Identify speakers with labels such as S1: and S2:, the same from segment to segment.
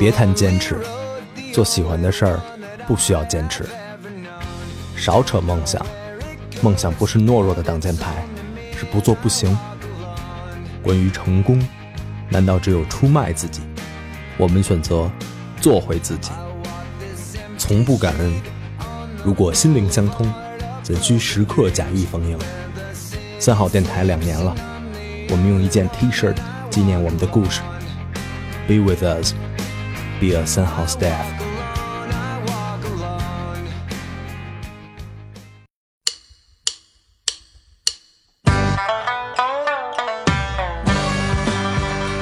S1: 别谈坚持，做喜欢的事儿不需要坚持。少扯梦想，梦想不是懦弱的挡箭牌，是不做不行。关于成功，难道只有出卖自己？我们选择做回自己，从不感恩。如果心灵相通，怎需时刻假意逢迎？三好电台两年了，我们用一件 T 恤纪念我们的故事。Be with us, be a 三好 staff。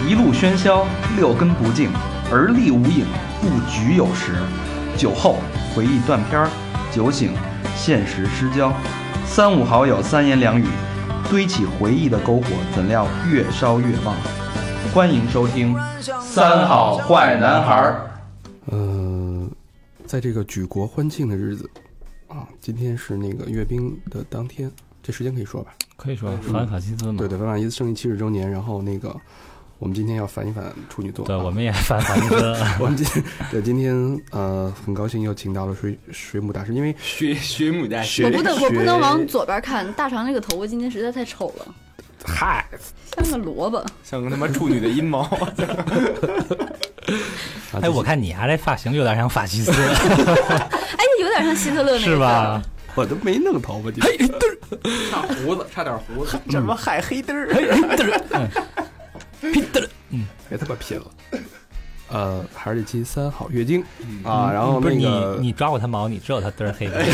S2: 一路喧嚣，六根不净，而立无影，不局有时。酒后回忆断片儿，酒醒现实失焦。三五好友三言两语，堆起回忆的篝火，怎料越烧越旺。欢迎收听《三好坏男孩儿
S3: 嗯，在这个举国欢庆的日子啊，今天是那个阅兵的当天，这时间可以说吧？
S4: 可以说反法西斯嘛。
S3: 对对，万万一胜利七十周年，然后那个我们今天要反一反处女座。啊
S4: 对，我们也反法西斯。
S3: 我们今天 对今天呃，很高兴又请到了水水母大师，因为
S2: 哎
S5: 学学母大学
S3: 学
S6: 我不能，我不
S3: 学
S6: 能往左边看。大肠这个头发今天实在太丑了，
S3: 嗨，
S6: 像个萝卜。
S5: 像个他妈处女的阴 谋，
S3: 啊
S4: 哎，我看你啊，这发型有点像法西斯，
S6: 哎，有点像希特勒那个
S4: 是吧？
S3: 我都 没弄头发，今天
S5: 差胡子，差点胡子，什么害黑嘚儿？
S3: 别哎他妈拼了。呃，还是这期三好月经啊，然后
S4: 嗯不是
S3: 那
S4: 你
S3: 个，
S4: 你抓过他毛，你知道他嘚儿黑的。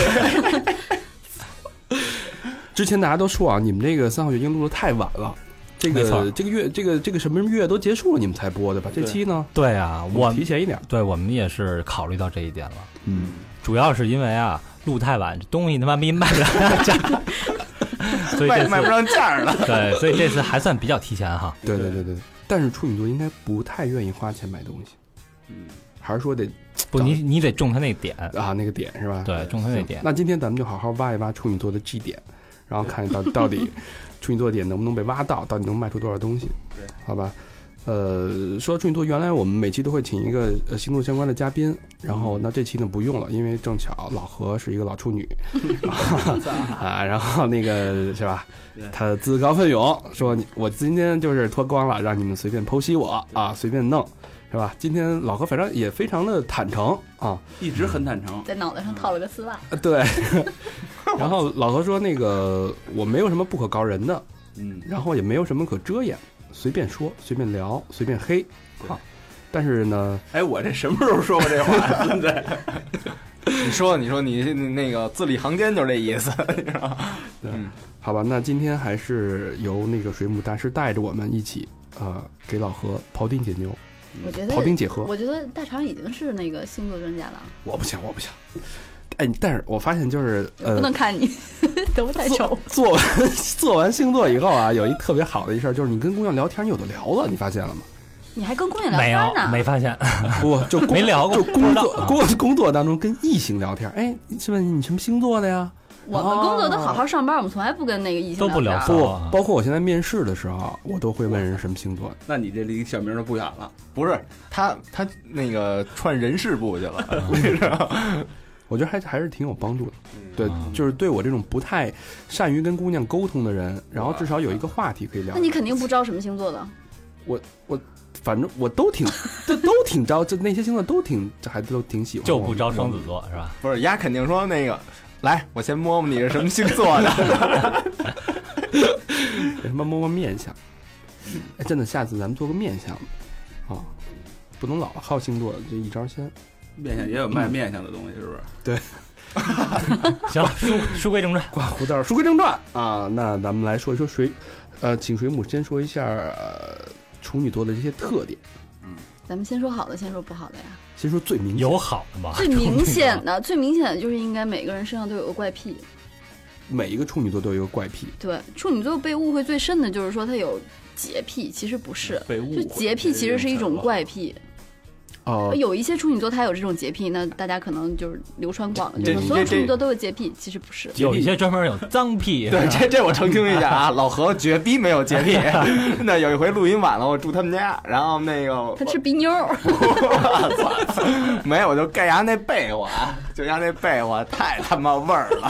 S3: 之前大家都说啊，你们这个三好月经录的太晚了。这
S4: 没错
S3: 个这个月这个这个什么月都结束了，你们才播对吧？这期呢，
S4: 对啊，我
S3: 提前一点，
S4: 对我们也是考虑到这一点了，
S3: 嗯，
S4: 主要是因为啊，录太晚，这东西他妈没卖着，所以
S5: 卖
S4: 这
S5: 卖不
S4: 次
S5: 上价儿了。
S4: 对，所以这次还算比较提前哈。
S3: 对对对对，但是处女座应该不太愿意花钱买东西，
S5: 嗯，
S3: 还是说得
S4: 不，你你得中他那点，
S3: 啊那个点是吧？
S4: 对，中他那点。
S3: 那今天咱们就好好挖一挖处女座的 G 点，然后看 到到底处女座点能不能被挖到，到底能卖出多少东西？
S5: 对，
S3: 好吧。呃，说到处女座，原来我们每期都会请一个呃星座相关的嘉宾，然
S5: 嗯
S3: 后那这期呢不用了，因为正巧老何是一个老处 女啊，然后那个是吧
S5: 对？
S3: 他自告奋勇说你：“我今天就是脱光了，让你们随便剖析我啊，随便弄，是吧？”今天老何反正也非常的坦诚啊，
S5: 一直很坦诚。
S6: 在脑袋上套了个丝袜，
S3: 啊，对。 然后老何说：“那个我没有什么不可告人的，
S5: 嗯，
S3: 然后也没有什么可遮掩，随便说，随便聊，随便黑。”好，但是呢，
S5: 哎，我这什么时候说过这话呀？现在你说，你说，你那个字里行间就这意思，你知道吗？
S3: 好吧，那今天还是由那个水母大师带着我们一起，呃，给老何庖丁解牛，
S4: 嗯
S6: 我觉
S3: 庖丁
S6: 得，
S3: 解核。
S6: 哎我觉得大肠已经是那个星座专家了，
S3: 我不行，我不行。哎，但是我发现就是，
S6: 不
S3: 呃
S6: 能，看你， 头发太丑
S3: 做。做完 做完星座以后啊，有一特别好的一事儿，就是你跟姑娘聊天，你有的聊了，你发现了吗？
S6: 你还跟姑娘聊
S4: 没有
S6: 天，呢？
S4: 没发现，
S3: 不，就工
S4: 没聊过
S3: 就工
S4: 不知
S5: 啊
S3: 作
S4: 道
S3: 工工作当中跟异性聊天，哎，是问你什么星座的呀？
S6: 我们工作都好好上班，我们从来不跟那个异性
S4: 都不
S6: 聊
S4: 聊
S6: 天儿。
S3: 不
S4: 啊，
S3: 哦包括我现在面试的时候，我都会问人什么星座的。
S5: 那你这离小明儿不远了。不是他，他那个串人事部 去了，你知嗯道吗？
S3: 我觉得还还是挺有帮助的。对，
S5: 啊
S3: 就是对我这种不太善于跟姑娘沟通的人，然后至少有一个话题可以聊
S6: 那。你肯定不知道什么星座的，
S3: 反正我都挺，这都挺招，这那些星座都挺，这孩子都挺喜欢我。
S4: 就不招双子座是 吧？
S5: 不是，丫肯定说那个，来，我先摸摸你是什么星座的。
S3: 给他们摸摸面相。哎，真的，下次咱们做个面相吧啊，不能老好星座，这一招鲜。
S7: 面相也有卖面相的东西，是不是？
S4: 行了，书书归正传，
S3: 刮胡刀。书归正传啊，那咱们来说一说水，呃，请水母先说一下、呃、处女座的这些特点。
S6: 咱们先说好的，先说不好的 呀。
S3: 先说最明显，
S4: 有好的吗？
S6: 最明显的，最明显的就是应该每个人身上都有个怪癖。
S3: 每一个处女座都有一个怪癖，
S6: 对，处女座被误会最深的就是说他有洁癖，其实不是。
S7: 被误
S6: 就洁癖其实是一种怪癖，呃
S3: 哦，
S6: 有一些处女座他有这种洁癖，那大家可能就是流传广了，就
S5: 这
S6: 是所有
S5: 这
S6: 处女座都有洁癖，其实不是。
S4: 有一些专门有脏癖，
S5: 对，这这我澄清一下啊，老何绝逼没有洁癖。那有一回录音晚了，我住他们家，然后那个 我
S6: 他吃鼻妞儿，
S5: 我操，没有，我就盖牙那被窝，啊就牙那被窝太他妈味儿了，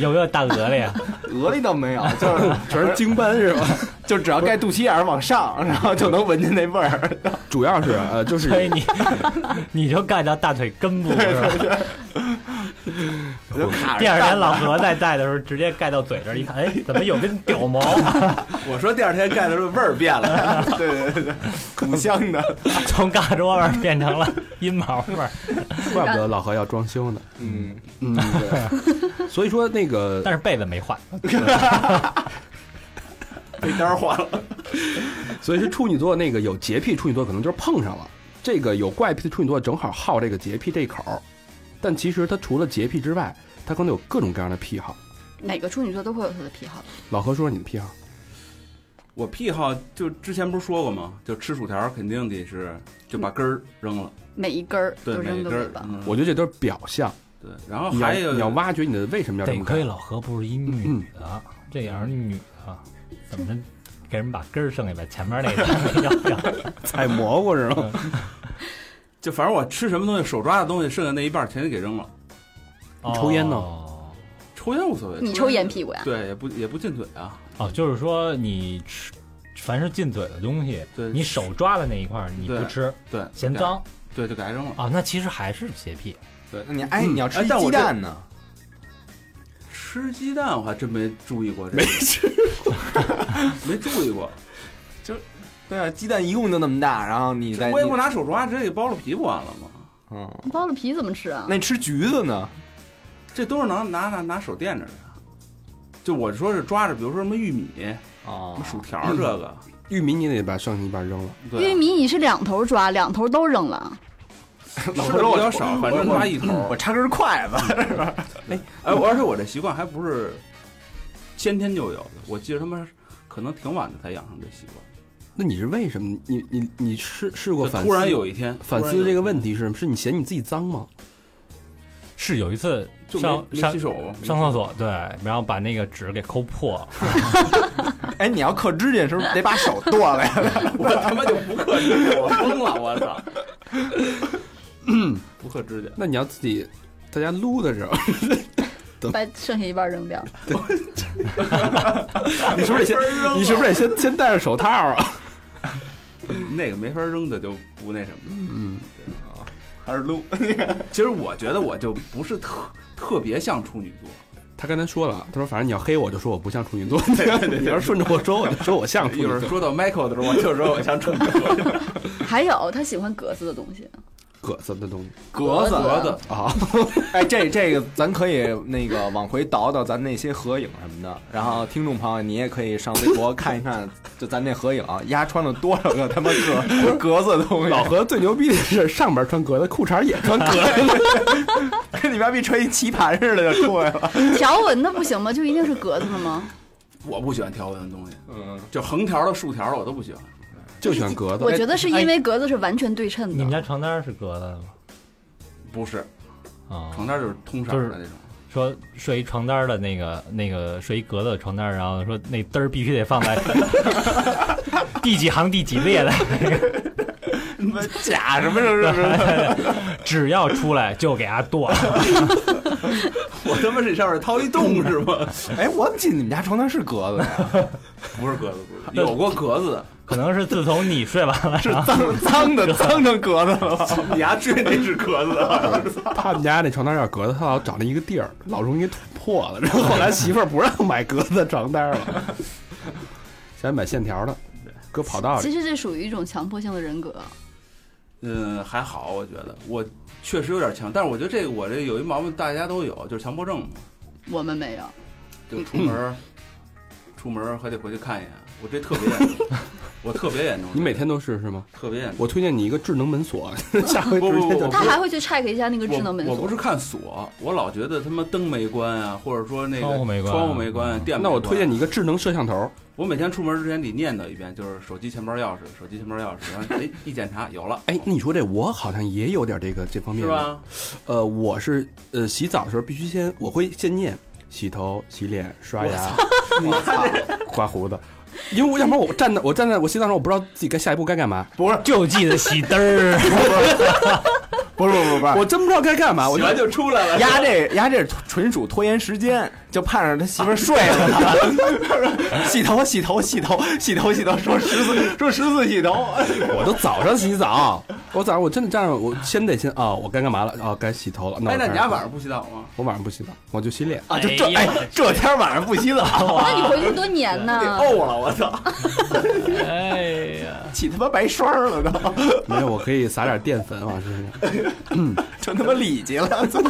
S4: 有没有大鹅了呀？
S5: 鹅里倒没有，就是
S3: 全是精斑是吧？
S5: 就只要盖肚脐眼儿往上，然后就能闻见那味儿。
S3: 主要是呃，就是
S4: 所以你你就干到大腿根部是吧？
S5: 我 就卡着
S4: 第二天老何再带的时候，直接盖到嘴这儿一看，哎，怎么有根屌毛？
S7: 我说第二天盖的时候味儿变了，
S5: 对对对对，五香的，
S4: 从胳肢窝味儿变成了阴毛味儿，
S3: 怪不得老何要装修呢。
S5: 嗯，
S3: 嗯，所以说那个
S4: 但是被子没换。
S5: 被单换了。
S3: 所以是处女座那个有洁癖，处女座可能就是碰上了。这个有怪癖的处女座正好好这个洁癖这一口儿，但其实他除了洁癖之外，他可能有各种各样的癖好。
S6: 每个处女座都会有他的癖好。
S3: 老何说说你的癖好，
S7: 我癖好就之前不是说过吗？就吃薯条肯定得是就把根儿扔了，
S6: 每一根儿
S7: 对，
S6: 都
S7: 每
S6: 扔
S7: 一
S6: 个
S7: 根
S6: 尾
S7: 儿。
S6: 巴，
S7: 嗯
S3: 我觉得这都是表象，
S7: 对，然后
S3: 你要
S7: 还有
S3: 你要挖掘你的为什么要这
S4: 得
S3: 么
S4: 亏
S3: 干。
S4: 老何不是一女的，这要是女的，怎么着给人把根儿剩下来？前面那个 要要
S3: 采蘑菇是吗？
S7: 就反正我吃什么东西，手抓的东西，剩下那一半儿全给给扔了。
S4: 哦
S3: 抽烟呢
S7: 抽烟无所
S3: 嗯
S7: 谓，
S6: 你嗯抽烟屁股呀？
S7: 对，也不也不进嘴啊。
S4: 哦，就是说你吃，凡是进嘴的东西，
S7: 对，
S4: 你手抓的那一块儿你不
S7: 对
S4: 吃，
S7: 对
S4: 嫌，脏
S7: 对，就给它扔了。
S4: 啊，那其实还是洁癖。
S7: 对，
S5: 那你哎，你要吃
S7: 哎但
S5: 鸡
S7: 我这
S5: 蛋呢？
S7: 吃鸡蛋我还真没注意过这个，没吃 过，没注意过。
S5: 对啊，鸡蛋一共就那么大，然后你再
S7: 我也不拿手抓，直接给剥了皮不完了吗？
S5: 嗯，
S6: 你剥了皮怎么吃啊？
S5: 那你吃橘子呢？
S7: 这都是拿拿拿拿手垫着的。就我说是抓着，比如说什么玉米、什
S5: 啊
S7: 么薯条这个，
S3: 哦玉米你得把剩下一半扔了，
S7: 对
S6: 玉
S7: 啊，
S6: 米你是两头抓，两头都扔了。
S5: 老
S7: 吃
S5: 婆说
S7: 的
S5: 我
S7: 比较少，反正抓一口。
S5: 我插根筷子，
S7: 哎，我而且我这习惯还不是先天就有的，我记得他妈可能挺晚的才养成这习惯。
S3: 那你是为什么？你你你试试过
S7: 就
S3: 反思
S7: 突然有一天
S3: 反思这个问，题是什么？是你嫌你自己脏吗？
S4: 是有一次
S7: 突然有
S4: 上上
S7: 一天就没没洗手吗，
S4: 上厕所，对，然后把那个纸给抠破，
S5: 哎，你要刻指甲 时候得把手剁了 呀。
S7: 我 他妈就不克制，我疯了，我 操！不克指甲，
S3: 那你要自己在家撸的时候，
S6: 把剩下一半扔掉，
S3: 你是不是得先你是不是得先先戴上手套啊？
S7: 那个没法扔的就不那什么。
S3: 嗯，
S5: 还是 撸，
S7: 其实我觉得我就不是特特别像处女座，
S3: 他刚才说了，他说反正你要黑我就说我不像处女座， 你要是顺着我说我就说我像处
S7: 一
S3: 女
S7: 会儿
S3: 座。
S7: 说到 Michael 的时候，我就说我像处女 座。
S6: 还有他喜欢格子的东西，
S3: 葛子的东西
S5: 格子
S6: 格
S7: 子
S3: 啊，
S5: 哎，这这个咱可以那个往回倒倒咱那些合影什么的，然后听众朋友你也可以上微博看一看，就咱这合影，丫穿了多少个他妈 格格子的东西，
S3: 老何哦最牛逼的是上边穿格子，裤衩也穿格子。
S5: 跟你妈逼穿一棋盘似的就出来了。
S6: 条纹的不行吗？就一定是格子的吗？
S7: 我不喜欢条纹的东西，
S5: 嗯，
S7: 就横条的、竖条的我都不喜欢。
S3: 就喜欢格子
S6: 我。觉得是因为格子是完全对称
S4: 你们家
S6: 的。
S4: 床单是格子的吗？
S7: 不是，
S4: 啊、
S7: 床单就是通色的那种。
S4: 说睡一床单的那个那个睡一格子的床单，然后说那嘚儿必须得放在 第几行第几列的，
S3: 嗯
S5: 假什么什么什么，
S4: 只要出来就给它剁。
S7: 我他妈是上面掏一洞是吗？
S5: 哎，我怎么记得你们家床单是格子呀？
S7: 不是格子，不是有过格子的。
S4: 可能是自从你睡完了，
S5: 是脏脏 的，脏成格子了吧？
S7: 你丫追那是格子，
S3: 他们家那床单要格子，他老找那一个地儿，老容易吐破了。然后后来媳妇儿不让买格子的床 单了，想买线条的，搁跑道
S6: 其
S3: 里。
S6: 实这属于一种强迫性的人格，
S7: 嗯，还好，我觉得我确实有点强，但是我觉得这个我这有一毛病，大家都有，就是强迫症嘛，
S6: 我们没有。
S3: 嗯
S7: 就出门儿，出门儿还得回去看一眼，我这特别严重，我特别严重，
S3: 你每天都是是吗？
S7: 特别严重。
S3: 我推荐你一个智能门 锁，下回
S7: 不
S3: 直
S7: 不
S3: 接
S7: 不
S3: 就
S7: 不
S6: 他还会去 check 一下那个智能门 锁。
S7: 我我不是看锁，我老觉得他妈灯没关啊，或者说那个
S4: 窗户没关
S7: 窗户没关，电没关
S3: 那我推荐你一个智能摄像头，
S7: 我每天出门之前得念叨一遍，就是手机、钱包、钥匙，手机、钱包、钥匙，然后哎一检查有了，
S3: 哎，你说这我好像也有点这个这方面
S7: 是
S3: 的，
S7: 吧？
S3: 呃，我是呃洗澡的时候必须先，我会先念洗头、洗脸、刷牙、刮胡子，因为我要不然我站在我站在我洗澡的时候，我不知道自己该下一步该干嘛，
S4: 就记得洗嘚儿，
S5: 不是不是不是，
S3: 我真不知道该干嘛，我
S7: 洗
S3: 就
S7: 完就出来了，
S5: 压这压这纯属拖延时间，就盼着他媳妇儿睡了，洗头洗头洗头洗头洗头，说十次说十次洗头，
S3: 我都早上洗澡，我早上我真的站着，我先得先啊、我该干嘛了？啊、该洗头了。那
S7: 哎，
S3: 我
S7: 那你
S3: 站
S7: 家
S3: 着
S7: 晚上不洗澡吗？
S3: 我晚上不洗澡，我就洗脸。
S5: 啊，就这
S4: 哎
S5: 哎
S4: 呀
S5: 这天晚上不洗澡啊，
S6: 那你回去多粘
S5: 给
S6: 呢？
S5: 呕了，哦我操，
S4: 哎呀，
S5: 起他妈白霜了都，
S3: 没有，我可以撒点淀粉往身上。
S5: 成他妈里脊了， 操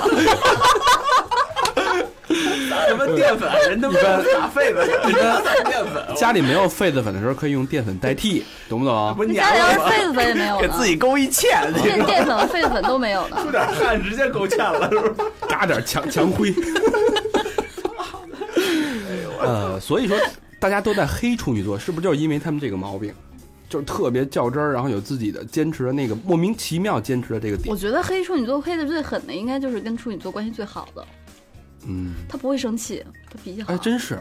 S7: 什么淀粉？人他妈打痱子，人家打淀粉，
S3: 家里没有痱子粉的时候，可以用淀粉代替，懂不懂？
S7: 不
S6: 你
S7: 粘
S6: 家里要是
S7: 了吗？
S6: 痱子粉也没有
S5: 给
S6: 呢
S5: 自，己勾一芡，你
S6: 淀淀粉和痱子粉都没有 呢。
S7: 出点汗直接够呛了， 是吧？
S3: 嘎点墙墙
S7: 哎
S3: 灰。呃，所以说大家都在黑处女座，是不是就是因为他们这个毛病，就是特别较真儿，然后有自己的坚持的那个莫名其妙坚持的这个点
S6: 我？觉得黑处女座黑的最狠的，应该就是跟处女座关系最好的。
S3: 嗯，
S6: 他不会生气，他脾气好。
S3: 哎，真是。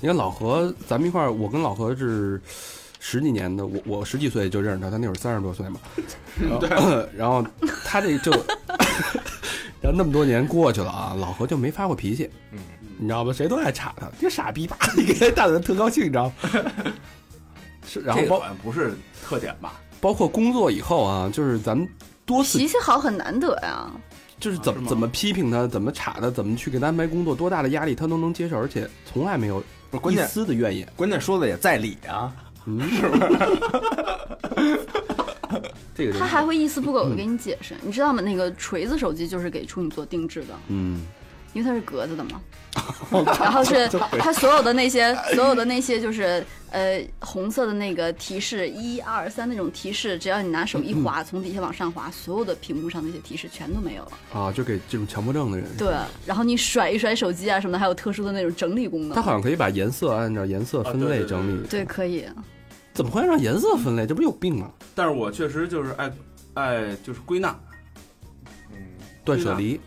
S3: 你看老何，咱们一块儿，我跟老何是十几年的，我我十几岁就认识他，他那会儿三十多岁 嘛。然后 然后他这就，然后那么多年过去了啊，老何就没发过脾气，嗯，你知道吧？谁都爱插他，这傻 逼吧，你给他站的特高兴，你知道吗？是，然后
S7: 这个好
S3: 包
S7: 像不是特点吧？
S3: 包括工作以后啊，就是咱们多次
S6: 脾气好很难得呀。
S3: 就是
S7: 啊
S3: 怎
S7: 是
S3: 么
S7: 吗
S3: 怎么批评他，怎么插他，怎么去给他安排工作，多大的压力他都能接受，而且从来没有
S5: 不是
S3: 一丝的怨言。
S5: 关键说的也在理啊，
S3: 这个
S6: 他还会一丝不苟的给你解释，你知道吗？那个锤子手机就是给处女座定制的，
S3: 嗯，
S6: 因为它是格子 的嘛。然后是它所有的那些所有的那些就是呃红色的那个提示一二三那种提示，只要你拿手一
S3: 嗯
S6: 滑，从底下往上滑，所有的屏幕上那些提示全都没有了。
S3: 啊，就给这种强迫症的人。
S6: 对，然后你甩一甩手机啊什么的，还有特殊的那种整理功
S3: 他
S6: 能。
S3: 好像可以把颜色按照颜色分类整理，
S6: 对，可以。
S3: 怎么会让颜色分类？这不是有病吗？
S7: 但是我确实就是爱爱就是归纳，
S3: 断舍离，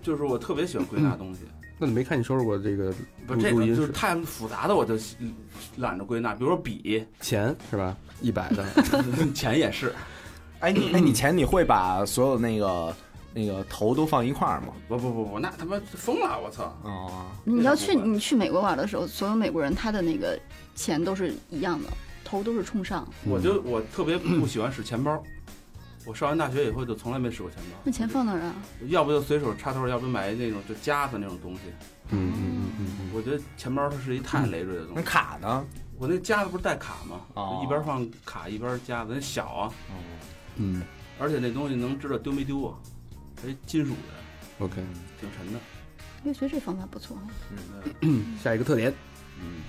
S7: 就是我特别喜欢归
S3: 嗯
S7: 纳东西。
S3: 那你没看你收拾过这个
S7: 不，
S3: 录
S7: 这
S3: 录
S7: 个
S3: 音
S7: 就是
S3: 室
S7: 太复杂的，我就懒着归纳。比如 说笔，
S3: 钱是吧？一百的，
S7: 钱也是，
S5: 哎你哎你钱你会把所有那个那个头都放一块儿吗？
S7: 不不不不，那他妈疯了！我操，
S5: 哦，
S6: 你要去
S7: 这个不会
S6: 你去美国玩的时候，所有美国人他的那个钱都是一样的，头都是冲上。
S3: 嗯
S7: 我就我特别不喜欢使钱包。我上完大学以后就从来没使过钱包，
S6: 那钱放哪儿啊？
S7: 要不就随手插兜，要不买那种就夹子那种东西。
S3: 嗯嗯
S6: 哦
S3: 嗯嗯
S7: 我觉得钱包它是一太累赘的东
S5: 那
S7: 西。
S5: 卡呢？
S7: 我那夹子不是带卡吗？
S5: 哦
S7: 就一边放卡一边夹子，那小啊，
S3: 嗯
S7: 而且那东西能知道丢没丢啊，哎，金属的，
S3: ，OK，
S7: 挺沉的。
S6: 我也觉得这方法不错，
S3: 下一个特点，
S7: 嗯，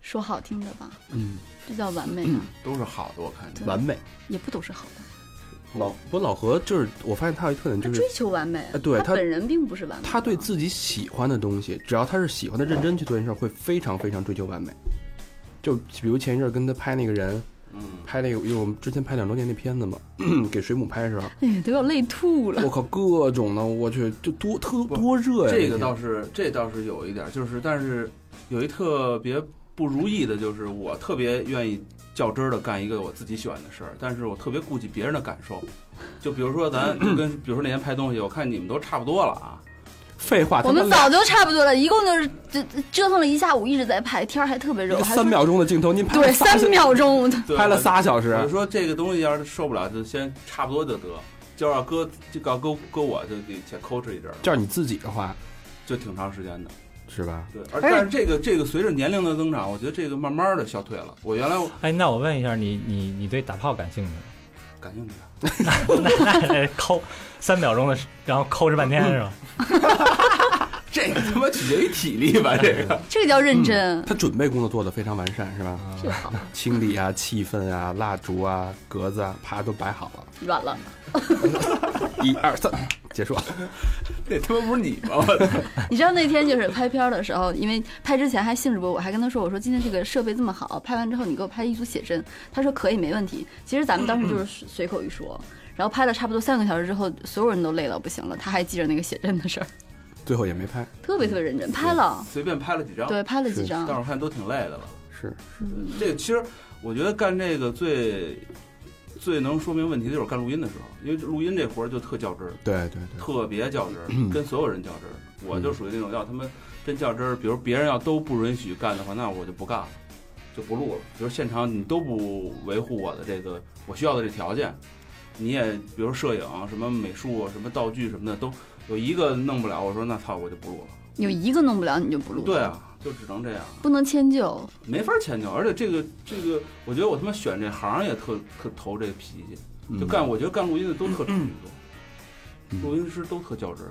S6: 说好听的吧，
S3: 嗯，
S6: 这叫完美啊，
S7: 都是好的，我看着。
S3: 完美。
S6: 也不都是好的。
S3: 老不老何就是我发现他有一特点
S6: 他
S3: 就是
S6: 追。求完美
S3: 哎，对
S6: 他
S3: 他
S6: 本人并不是完美的。啊
S3: 他对自己喜欢的东西，只要他是喜欢的、认真去做一件事儿，会非常非常追求完美。就比如前一阵儿跟他拍那个人，
S7: 嗯，
S3: 拍那个，因为我们之前拍两周年那片子嘛，给水母拍的时候，
S6: 哎，都要累吐了。
S3: 我靠，各种的，我去，就多特多热呀！
S7: 这个倒
S3: 是，
S7: 是，这倒是有一点，就是但是有一特别不如意的，就是我特别愿意较真儿的干一个我自己喜欢的事儿，但是我特别顾及别人的感受。就比如说 咱就跟比如说那天拍东西，我看你们都差不多了啊，
S3: 废话，
S6: 我
S3: 他
S6: 们
S3: 妈俩
S6: 早就差不多了，一共就是折折腾了一下午，一直在拍，天儿还特别
S3: 一
S6: 热。我
S3: 个
S6: 还
S3: 三
S6: 说
S3: 秒钟的镜头，您拍了
S6: 对
S3: 仨
S6: 三秒钟，
S7: 对
S3: 拍了
S7: 我
S3: 仨小时
S7: 我就，说这个东西要是受不了，就先差不多就得。就要搁就搞搁搁我就得先抠哧一阵儿，
S3: 这是你自己的话
S7: 就挺长时间的。
S3: 是吧？
S7: 对，而
S6: 而且
S7: 但是这个这个随着年龄的增长，我觉得这个慢慢的消退了。我原来我
S4: 哎，那我问一下，你你你对打炮感兴趣吗？ 哎
S7: 感兴趣，
S4: 那那得抠三秒钟的，然后抠着半天是吧？
S7: 这个他妈取决于体力吧，这个。
S6: 这个叫认真，
S3: 他准备工作做得非常完善，是吧？
S6: 这个好
S3: 清理啊、气氛啊、蜡烛啊、格子啊，啪都摆好了，
S6: 软了。
S3: 一二三，结束。
S7: 那他妈不是你吗？我操
S6: 你知道那天就是拍片儿的时候，因为拍之前还兴致勃勃，我还跟他说：“我说今天这个设备这么好，拍完之后你给我拍一组写真。”他说：“可以，没问题。”其实咱们当时就是随随口一说，然后拍了差不多三个小时之后，所有人都累到不行了，他还记着那个写真的事儿，
S3: 最后也没拍，
S6: 特别特别认真，拍了，
S7: 随便拍了几张，
S6: 对，拍了几张
S7: 但。是我看都挺累的了。
S3: 是
S6: 嗯
S7: 这个其实我觉得干这个最最能说明问题的就是干录音的时候，因为录音这活儿就特较真儿，
S3: 对对对，
S7: 特别较真儿， 跟所有人较真儿。我就属于那种要他妈真较真儿，比如别人要都不允许干的话，那我就不干了，就不录了。比如现场你都不维护我的这个我需要的这条件，你也比如摄影、什么美术、什么道具什么的，都有一个弄不了，我说那操我就不录了。
S6: 有一个弄不了你就不录，
S7: 对，啊，就只能这样。
S6: 不能迁就，
S7: 没法迁就，而且这个这个，我觉得我他妈选这行也特特投这个脾气，就干，我觉得干录音的都 特成熟，
S3: 嗯
S7: 录音师都特较真儿，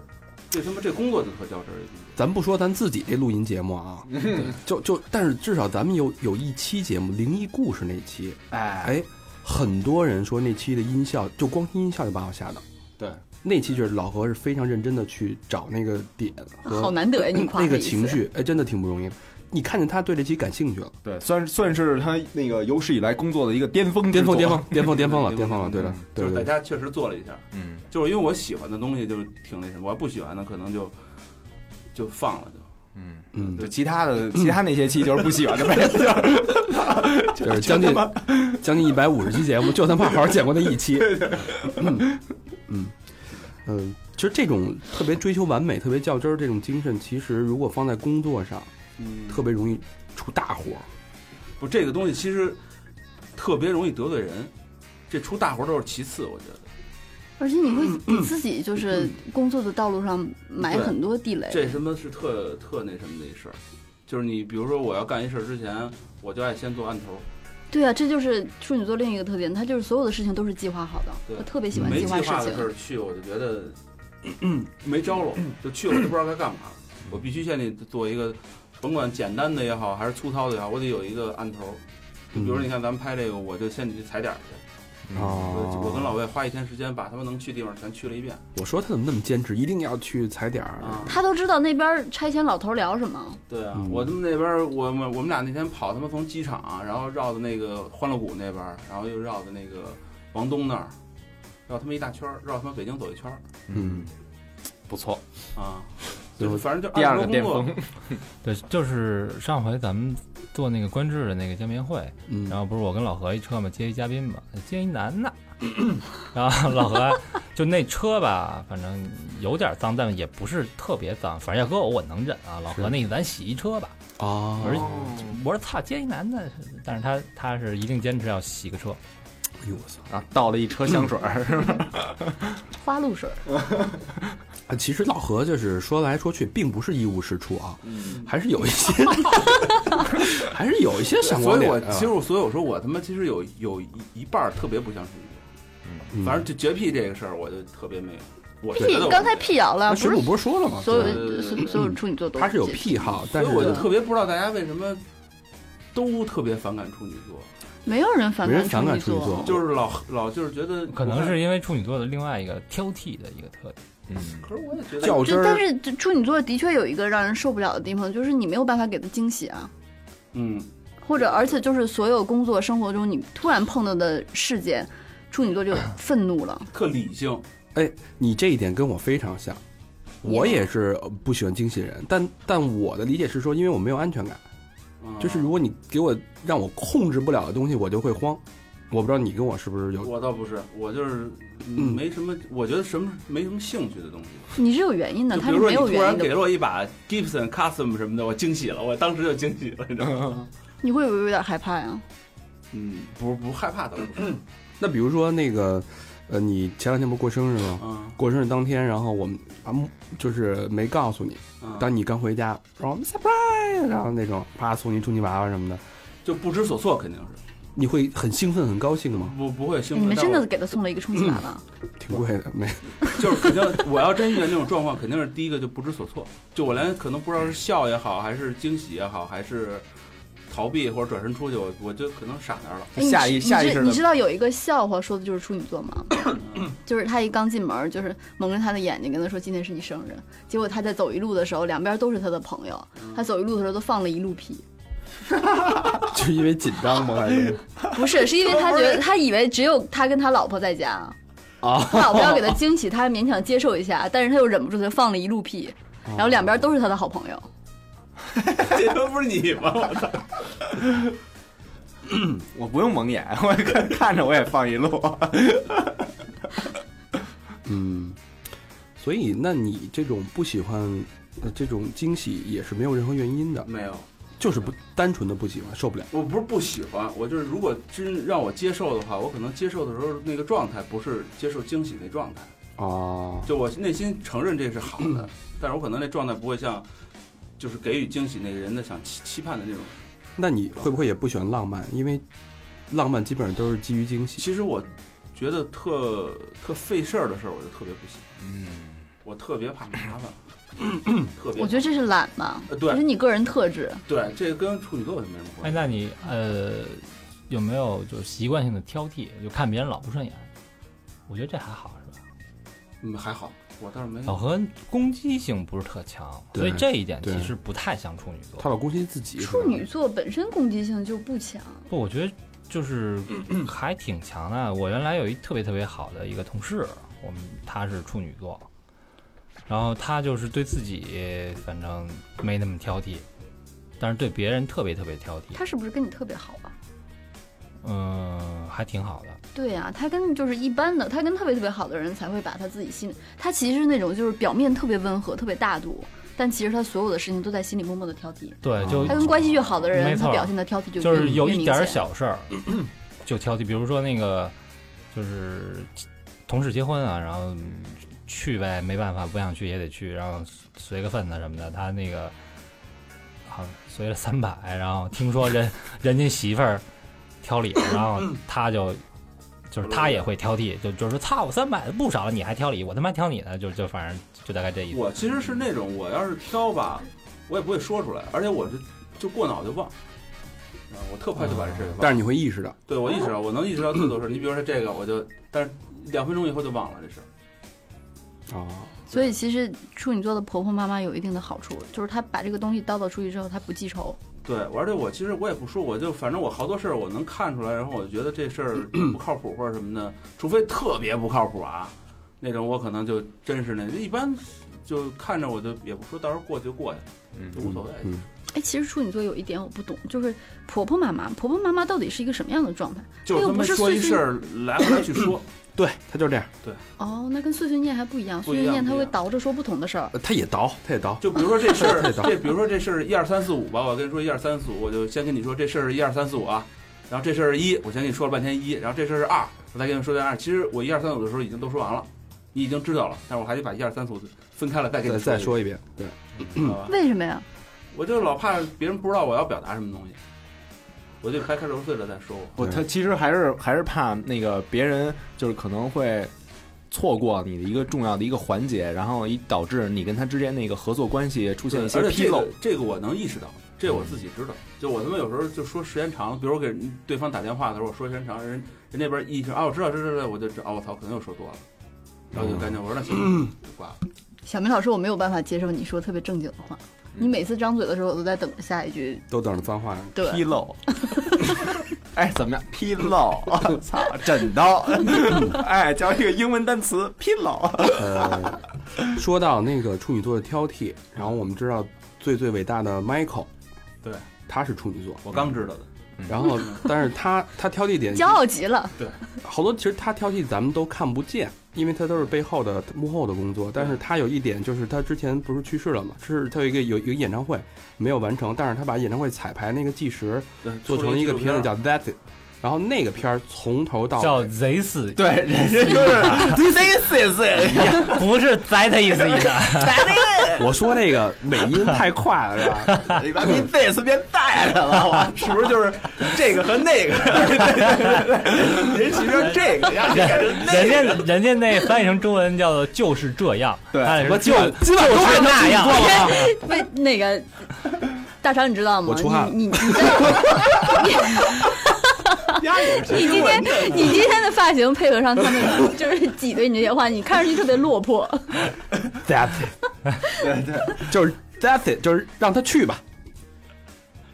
S7: 这他妈这工作就特较真儿。
S3: 咱不说咱自己这录音节目 啊，就就，但是至少咱们有有一期节目《灵异故事》那一期，
S7: 哎，
S3: 哎，很多人说那期的音效，就光听音效就把我吓到。
S7: 对，
S3: 那期就是老何是非常认真的去找那个点和
S6: 啊好难得呀！你夸
S3: 那
S6: 我
S3: 个
S6: 一次
S3: 情，绪，哎，真的挺不容易的。你看见他对这期感兴趣了，
S5: 对，算算是他那个有史以来工作的一个巅峰之
S3: 巅
S5: 作
S3: 峰，巅峰，，巅峰，巅峰了，巅峰了，对的，
S7: 就
S3: 对
S7: 是在
S3: 对对，
S7: 家确实做了一下，
S5: 嗯，
S7: 就是因为我喜欢的东西就是挺那什么，我要不喜欢的可能就就放了就。
S5: 嗯，
S3: 嗯，
S5: 就其他的其他那些期就是不喜欢 的呗，就是
S3: 嗯就是将近将近一百五十期 节目，就他妈好好剪过那一期。嗯嗯，其实这种特别追求完美、特别较真儿这种精神，其实如果放在工作上，
S7: 嗯
S3: 特别容易出大祸。
S7: 不，这个东西其实特别容易得罪人，这出大活都是其次，我觉得
S6: 而且你会给自己就是工作的道路上埋
S7: 对
S6: 很多地雷。
S7: 这什么是特特那什么的一事儿，就是你比如说我要干一事儿之前，我就爱先做案头。
S6: 对啊，这就是处女座另一个特点，他就是所有的事情都是计划好的。
S7: 对
S6: 我特别喜欢
S7: 没
S6: 计划
S7: 计
S6: 事
S7: 划的事
S6: 情。
S7: 儿去，我就觉得嗯没招了，就去了我都不知道该干嘛。我必须现在做一个，甭管简单的也好，还是粗糙的也好，我得有一个案头。就比如说，你看咱们拍这个，我就先去踩点儿去。嗯
S3: 啊
S7: 我我跟老魏花一天时间把他们能去地方全去了一遍。
S3: 我说他怎么那么坚持，一定要去踩点儿？
S7: 啊，
S6: 他都知道那边拆迁老头聊什么，
S7: 对啊，
S3: 嗯
S7: 我他们那边儿，我们我们俩那天跑他妈从机场、然后绕的那个欢乐谷那边儿，然后又绕的那个王东那儿，绕他妈一大圈儿，绕他妈北京走一圈儿
S3: 嗯，
S5: 不错，
S7: 啊。
S3: 对
S7: 就是反正就
S5: 第二个
S7: 按时
S5: 巅
S7: 工作
S5: 峰，
S4: 对，就是上回咱们做那个观致的那个见面会，
S3: 嗯
S4: 然后不是我跟老何一车嘛，接一嘉宾嘛，接一男 的，然后老何就那车吧，反正有点脏，但也不是特别脏，反正要搁我我能忍啊。老何那咱洗一车吧，
S3: 啊，
S4: 而我说操，接一男的，但是他他是一定坚持要洗个车，
S3: 哎呦我操！
S5: 然后倒了一车香水儿，是吧？
S6: 花露水。
S3: 啊，其实老何就是说来说去，并不是一无是处啊，
S7: 嗯，
S3: 还是有一 些，还是有一些闪光
S7: 所以
S3: 点
S7: 我
S3: 啊。
S7: 其实我所以我说我他妈其实有有一一半儿特别不相信
S3: 嗯
S7: 反正就洁癖这个事儿，我就特别没有。我觉
S6: 屁
S7: 得，我
S6: 刚才
S7: 没有，
S6: 屁摇了，
S3: 那
S6: 不
S3: 水
S6: 是
S3: 母不是说了吗？
S6: 所有
S3: 对
S6: 的所所有处女座都
S3: 他是有
S6: 洁
S3: 癖好，
S7: 所
S3: 但
S7: 以
S3: 是
S7: 我就特别不知道大家为什么都特别反感处女座，
S6: 没有人反
S3: 没
S6: 感
S3: 人反感
S6: 处女
S3: 处女座
S7: 就是老老就是觉得
S4: 可能是因为处女座的另外一个挑剔的一个特点。
S5: 嗯，
S7: 可是我也觉得
S3: 较真
S6: 就但
S3: 儿，
S6: 是这处女座的确有一个让人受不了的地方，就是你没有办法给他惊喜啊，
S7: 嗯，
S6: 或者而且就是所有工作生活中你突然碰到的事件，处女座就愤怒了。
S7: 特理性，
S3: 你这一点跟我非常像。我也是呃不喜欢惊喜人，但但我的理解是说，因为我没有安全感，
S7: 嗯
S3: 就是如果你给我让我控制不了的东西，我就会慌。我不知道你跟我是不是有
S7: 我倒不是，我就是
S3: 嗯
S7: 没什么，我觉得什么没什么兴趣的东西。
S6: 你是有原因的，
S7: 就
S6: 他
S7: 比
S6: 是
S7: 如说
S6: 没
S7: 你
S6: 有
S7: 突
S6: 原
S7: 然
S6: 因
S7: 给
S6: 的，
S7: 了我一把 Gibson Custom 什么的，我惊喜了，我当时就惊喜了，你知道 吗？
S6: 你会不会有点害怕呀？
S7: 嗯，不不害怕的，
S3: 那比如说那个，呃，你前两天不是过生日吗？
S7: 嗯
S3: 过生日当天，然后我们啊，就是没告诉你，
S7: 嗯，
S3: 当你刚回家，然后 surprise，然后那种啪送你充气娃娃什么的，
S7: 就不知所措，肯定是。
S3: 你会很兴奋、很高兴吗？
S7: 不不会兴
S6: 你
S7: 奋。
S6: 们真
S7: 但
S6: 的
S7: 我
S6: 给他送了一个充气娃娃，
S3: 挺贵的，没
S7: 就是肯定，我要真遇见那种状况，肯定是第一个就不知所措，就我连可能不知道是笑也好，还是惊喜也好，还是逃避或者转身出去，我我就可能傻那儿了。
S6: 哎你
S5: 下意
S6: 知
S5: 下
S6: 你
S5: 意
S6: 知
S5: 识
S6: 你
S5: 的
S6: 知道有一个笑话说的就是处女座吗？就是他一刚进门，就是蒙着他的眼睛跟他说今天是你生日，结果他在走一路的时候，两边都是他的朋友，他走一路的时候都放了一路屁，
S3: 就是因为紧张吗？还是
S6: 不是，是因为他觉得他以为只有他跟他老婆 在家，
S3: 啊？
S6: 他老婆要给他惊喜，他还勉强接受一下，但是他又忍不住，他就放了一路屁，
S3: 哦
S6: 然后两边都是他的好朋友。
S7: 这他妈不是你吗？
S5: 我不用蒙眼，我看看着我也放一 路。
S3: 嗯，所以那你这种不喜欢呃这种惊喜也是没有任何原因的，
S7: 没有，
S3: 就是不单纯的不喜欢，受不了。
S7: 我不是不喜欢，我就是如果真让我接受的话，我可能接受的时候那个状态不是接受惊喜那状态，
S3: 哦，
S7: 就我内心承认这是好的，但是我可能那状态不会像，就是给予惊喜那个人的想期期盼的那种。
S3: 那你会不会也不喜欢浪漫？因为浪漫基本上都是基于惊喜。
S7: 其实我觉得特特费事儿的事儿，我就特别不喜欢，
S5: 嗯，
S7: 我特别怕麻烦，特别
S6: 我觉得这是懒吧，
S7: 呃
S6: 这是
S7: 对
S6: 你个人特质。
S7: 对，这个跟处女座就没什么
S4: 哎，
S7: 关系。
S4: 那你呃有没有就是习惯性的挑剔，就看别人老不顺眼？我觉得这还好，是吧？
S7: 嗯，还好，我倒是没有。
S4: 老何攻击性不是特强，
S3: 嗯对
S4: 所以这一点
S3: 对
S4: 其实不太像处女座。
S3: 他老攻击自己，
S6: 处女座本身攻击性就不强，
S4: 不，我觉得 就是还挺强的。我原来有一特别特别好的一个同事，我们他是处女座，然后他就是对自己反正没那么挑剔，但是对别人特别特别挑剔。
S6: 他是不是跟你特别好啊？
S4: 嗯，还挺好的。
S6: 对呀、他跟就是一般的，他跟特别特别好的人才会把他自己心里，他其实是那种就是表面特别温和、特别大度，但其实他所有的事情都在心里默默的挑剔。
S4: 对，就
S6: 哦他跟关系越好的
S4: 没
S6: 人，
S4: 错
S6: 他表现的挑剔就
S4: 就
S6: 越
S4: 是有
S6: 越
S4: 一
S6: 明
S4: 点儿
S6: 显
S4: 小事儿 就挑剔，比如说那个就是同事结婚啊，然后去呗，没办法，不想去也得去，然后随个份子什么的，他那个好像随了三百，然后听说人人家媳妇儿挑理，然后他就。就是他也会挑剔，就就是说，操，我三百不少了，你还挑理，我他妈挑你呢，就就反正就大概这意思。
S7: 我其实是那种，我要是挑吧，我也不会说出来，而且我就就过脑就忘，啊我特快就把这事儿给忘了。
S3: 但是你会意识到，
S7: 对我意识到，我能意识到特多事儿。你比如说这个，我就，但是两分钟以后就忘了这事儿。
S3: 哦，
S6: 所以其实处女座的婆婆妈妈有一定的好处，就是她把这个东西叨叨出去之后，她不记仇。
S7: 对，而且我其实我也不说，我就反正我好多事儿我能看出来，然后我就觉得这事儿 不靠谱或者什么的，除非特别不靠谱啊，那种我可能就真是那一般就看着我就也不说，到时候过就过去了，就无所谓。
S3: 嗯
S6: 哎，其实处女座有一点我不懂，就是婆婆妈妈，婆婆妈妈到底是一个什么样的状态？
S7: 就是
S6: 哎
S7: 他
S6: 又不
S7: 们
S6: 是
S7: 说一
S6: 碎
S7: 事儿来回来去说，
S3: 对他就是这样，
S6: 哦，那跟碎碎念还不一样，
S7: 不
S6: 碎
S7: 一
S6: 碎
S7: 样
S6: 念她
S7: 不一
S6: 会
S7: 样
S6: 倒着说不同的事儿。
S3: 呃他也倒，他也倒，
S7: 就比如说这 事儿
S3: 太，早
S7: 这比如说这事儿一二三四五吧，我跟你说一二三四五，我就先跟你说这事儿是一二三四五啊，然后这事儿是一，我先跟你说了半天一，然后这事儿是二，我再跟你说点二。其实我一二三五的时候已经都说完了，你已经知道了，但是我还得把一二三四五分开了再跟
S3: 再
S7: 你
S3: 再
S7: 说
S3: 说一遍，对，
S7: 一遍，好吧？
S6: 为什么呀？
S7: 我就老怕别人不知道我要表达什么东西，我就掰开揉碎了再说我。
S5: 不，他其实还是还是怕那个别人就是可能会错过你的一个重要的一个环节，然后以导致你跟他之间那个合作关系出现一些
S7: 而且
S5: 纰
S7: 这
S5: 漏
S7: 个。这个我能意识到，这我自己知道。就我他妈有时候就说时间长了，比如我给对方打电话的时候，我说时间长，人人那边一听啊，我知道，知道，知道，我就知道，啊我操，可能又说多了，然后就干脆我说那行，就挂了。
S6: 小明老师，我没有办法接受你说特别正经的
S3: 嗯
S6: 话。你每次张嘴的时候，我都在等着下一句。
S3: 都等着脏话。
S6: 对
S5: 纰，漏，哎，怎么样？纰漏，操，枕头，哎，叫一个英文单词，纰漏。
S3: 呃， 说到那个处女座的挑剔，然后我们知道最最伟大的 Michael，
S7: 对，
S3: 他是处女座，
S7: 我刚知道的，
S3: 然 后但是他他挑剔点
S6: 骄傲 极了。
S3: 好多，其实他挑剔咱们都看不见，因为他都是背后的幕后的工作。但是他有一点就是，他之前不是去世了嘛，是他有一个有有一个演唱会没有完成，但是他把演唱会彩排那个计时
S7: 对，
S3: 做成了一个片子叫《That It》，然后那个片儿从头到
S4: 叫
S3: 尾，
S4: 贼死，
S5: 对，人 家就是哎 C C C，
S4: 不是宰他一死一的，
S3: 我说那个美音太快了，是 吧？
S5: 你把你 C 随便带着了，我 是不是就是这个和那 个？人其实这个，人家改成那
S4: 人
S5: 个。
S4: 家人家那翻译成中文叫做就是这样，
S5: 对
S4: 他
S5: 我
S4: 是
S5: 基
S4: 就
S5: 本
S4: 就是那样，
S6: 被那个大肠，你知道吗？
S3: 我出汗了
S6: 你你你 在你今天你今天的发型配合上他们就是挤兑你这些话，你看上去特别落魄。
S3: That's it，就是 That's it，就是让他去吧，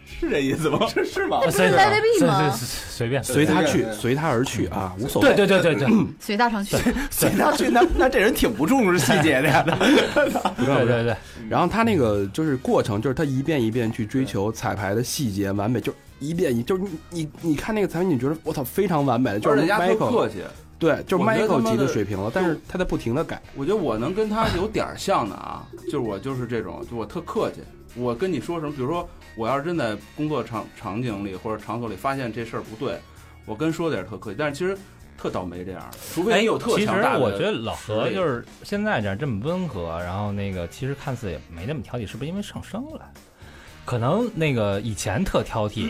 S5: 是这意思吗？是是吗？
S4: 呃随
S6: 是 Let it be 吗
S4: 随随随便，
S3: 随他去
S5: 对，对
S3: 随他而去啊，无所谓。
S4: 对对对对对，
S6: 随大肠去，
S5: 所以他去那那这人挺不重视细节的呀。
S3: 不
S4: 对
S3: 用不
S4: 对
S3: 用。
S4: 对，
S3: 然后他那个就是过程，就是他一遍一遍去追求彩排的细节完美，就是一遍一就是你你你看那个彩排，你觉得我操非常完美的，就
S7: 而
S3: 是
S7: 且人家特
S3: Michael
S7: 客气，
S3: 对，就是
S7: 我觉得他
S3: Michael
S7: 妈
S3: 级的
S7: 的
S3: 水平了，但是他在不停的改。
S7: 我觉得我能跟他有点儿像的啊，就是我就是这种，就我特客气。我跟你说什么，比如说我要是真在工作场场景里或者场所里发现这事儿不对，我跟说的也是特客气，但是其实特倒霉这样的，除非
S4: 哎，
S7: 你有特
S4: 其实
S7: 强大的。
S4: 我觉得老何
S7: 实力
S4: 就是现在这样这么温和，然后那个其实看似也没那么挑剔，是不是因为上升了？可能那个以前特挑剔，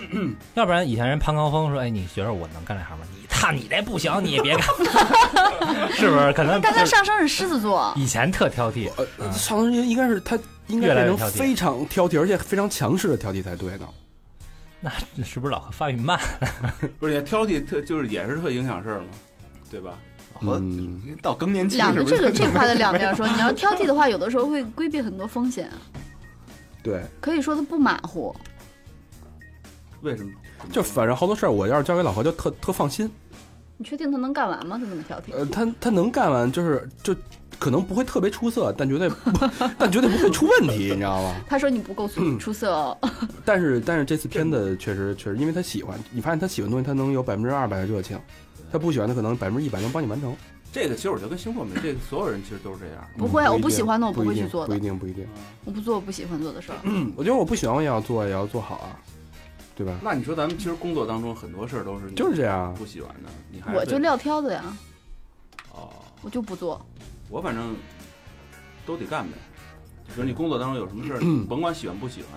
S4: 要不然以前人潘高峰说：“哎，你觉得我能干这行吗？”你操，你这不行，你也别干，是不是？可能
S6: 但
S4: 就
S6: 他
S4: 是
S6: 上升是狮 子座，
S4: 以前特挑剔，
S3: 呃，上升应该是他应
S4: 嗯越
S3: 该
S4: 来越
S3: 变
S4: 挑
S3: 成
S4: 剔
S3: 非常挑剔，而且非常强势的挑剔才对呢。
S4: 那是不是老何发育慢？
S7: 不是也挑剔特就是也是特影响事儿嘛，对吧？
S5: 我
S3: 嗯
S5: 到更年期
S6: 两
S5: 是
S6: 个
S5: 不是
S6: 这个这块的两面说，你要挑剔的话，有的时候会规避很多风险，啊
S3: 对，
S6: 可以说他不马虎。
S7: 为什么？
S3: 就反正好多事儿，我要是交给老何就特特放心。
S6: 你确定他能干完吗？他那么挑剔，
S3: 呃，他他能干完，就是就可能不会特别出色，但绝对 但绝对不会出问题，你知道吗？
S6: 他说你不够
S3: 嗯
S6: 出出色哦。
S3: 但是但是这次片子确实确实，因为他喜欢，你发现他喜欢的东西，他能有百分之二百的热情。他不喜欢的可能百分之一百能帮你完成，
S7: 这个其实我觉得跟星座没，这个所有人其实都是这样。
S6: 不会，啊
S3: 嗯
S6: 我
S3: 一
S6: 不喜
S3: 定
S6: 欢的我
S3: 不
S6: 不
S3: 一
S6: 会去
S3: 定
S6: 做
S3: 不
S6: 的
S3: 一，定不一定。
S6: 我不做我不喜欢做的事儿。
S3: 嗯我觉得我不喜欢我也要做，也要做好啊，对吧？
S7: 那你说咱们其实工作当中很多事儿都是你
S3: 就是这样啊。
S7: 不喜欢的，你还是
S6: 我就撂挑子呀，
S7: 哦，
S6: 我就不做。
S7: 我反正都得干呗。比如你工作当中有什么事儿，你甭管喜欢不喜欢，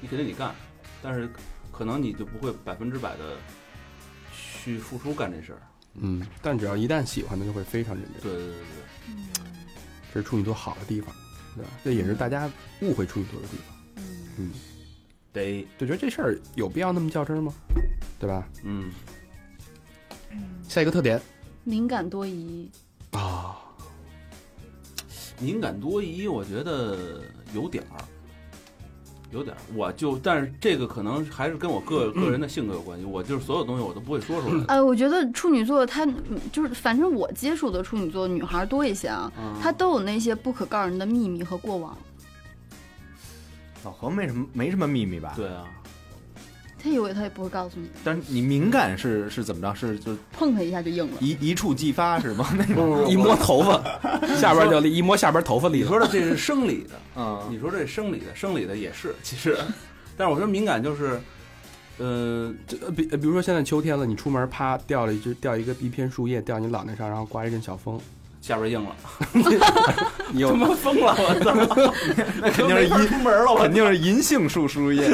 S7: 你肯定得干，但是可能你就不会百分之百的去付出干这事儿。
S3: 嗯，但只要一旦喜欢的，就会非常认真。
S7: 对对对对
S3: 这是处女座好的地方，对吧？这也是大家误会处女座的地方，
S7: 对，得
S3: 就觉得这事儿有必要那么较真儿吗？对吧？
S7: 嗯，
S3: 下一个特点
S6: 敏感多疑，
S3: 啊，
S7: 敏感多疑，我觉得有点儿。有点儿，我就，但是这个可能还是跟我个 个人的性格有关系。我就是所有东西我都不会说出来的。
S6: 哎，我觉得处女座她嗯就是，反正我接触的处女座女孩多一些
S3: 嗯
S6: 啊，
S7: 嗯
S6: 她都有那些不可告人的秘密和过往，
S5: 老何没什么没什么秘密吧？
S7: 对啊，
S6: 她以为她也不会告诉你，
S5: 但是你敏感是是怎么着？是就是
S6: 碰她一下就硬了。
S5: 一一触即发是吗？那种
S3: 一摸头发，下边就立一摸下边头发里
S7: 你
S3: 头。
S7: 说的这是生理的，
S5: 嗯，
S7: 你说这生理的，生理的也是，其实， 但是我说敏感就是，呃，
S3: 这呃比呃比如说现在秋天了，你出门啪掉了一只掉一个一片树叶掉你脑袋上，然后刮一阵小风，
S7: 下边硬了，
S3: 你有
S7: 妈疯了，我操！
S5: 那肯定是
S7: 没法
S5: 银
S7: 出门了，我
S5: 肯定是银杏树树叶。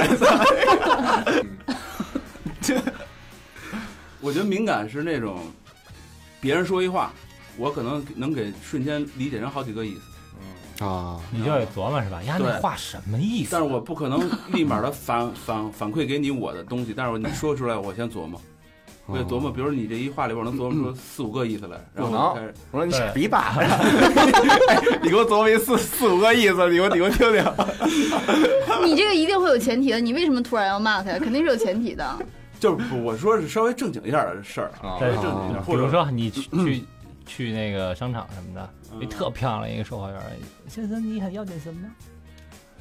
S7: 我觉得敏感是那种，别人说一话，我可能能给瞬间理解成好几个意思，
S3: 啊，
S4: 你就得琢磨是吧？呀，
S7: 对
S4: 那话什么意思？
S7: 但是我不可能立 马的反反反馈给你我的东西，但是你说出来，我先 琢磨，我
S4: 哦
S7: 得琢磨，比如你这一话里边，我能琢
S4: 嗯
S7: 磨出四五个意思来，然后我
S5: 能
S7: 开始，
S5: 我说你
S4: 对
S5: 傻逼吧，你给我琢磨一四四五个意思，你给我你给我听听。
S6: 你这个一定会有前提的，你为什么突然要 骂她呀？肯定是有前提的。
S3: 嗯
S7: 就是不我说是稍微正经一点的事儿啊，稍
S4: 对
S7: 微正经一点，
S4: 比
S7: 或
S4: 如
S7: 者
S4: 说你去去去那个商场什么的，
S7: 嗯
S4: 一特漂亮一个售货员，先生你还要点什么？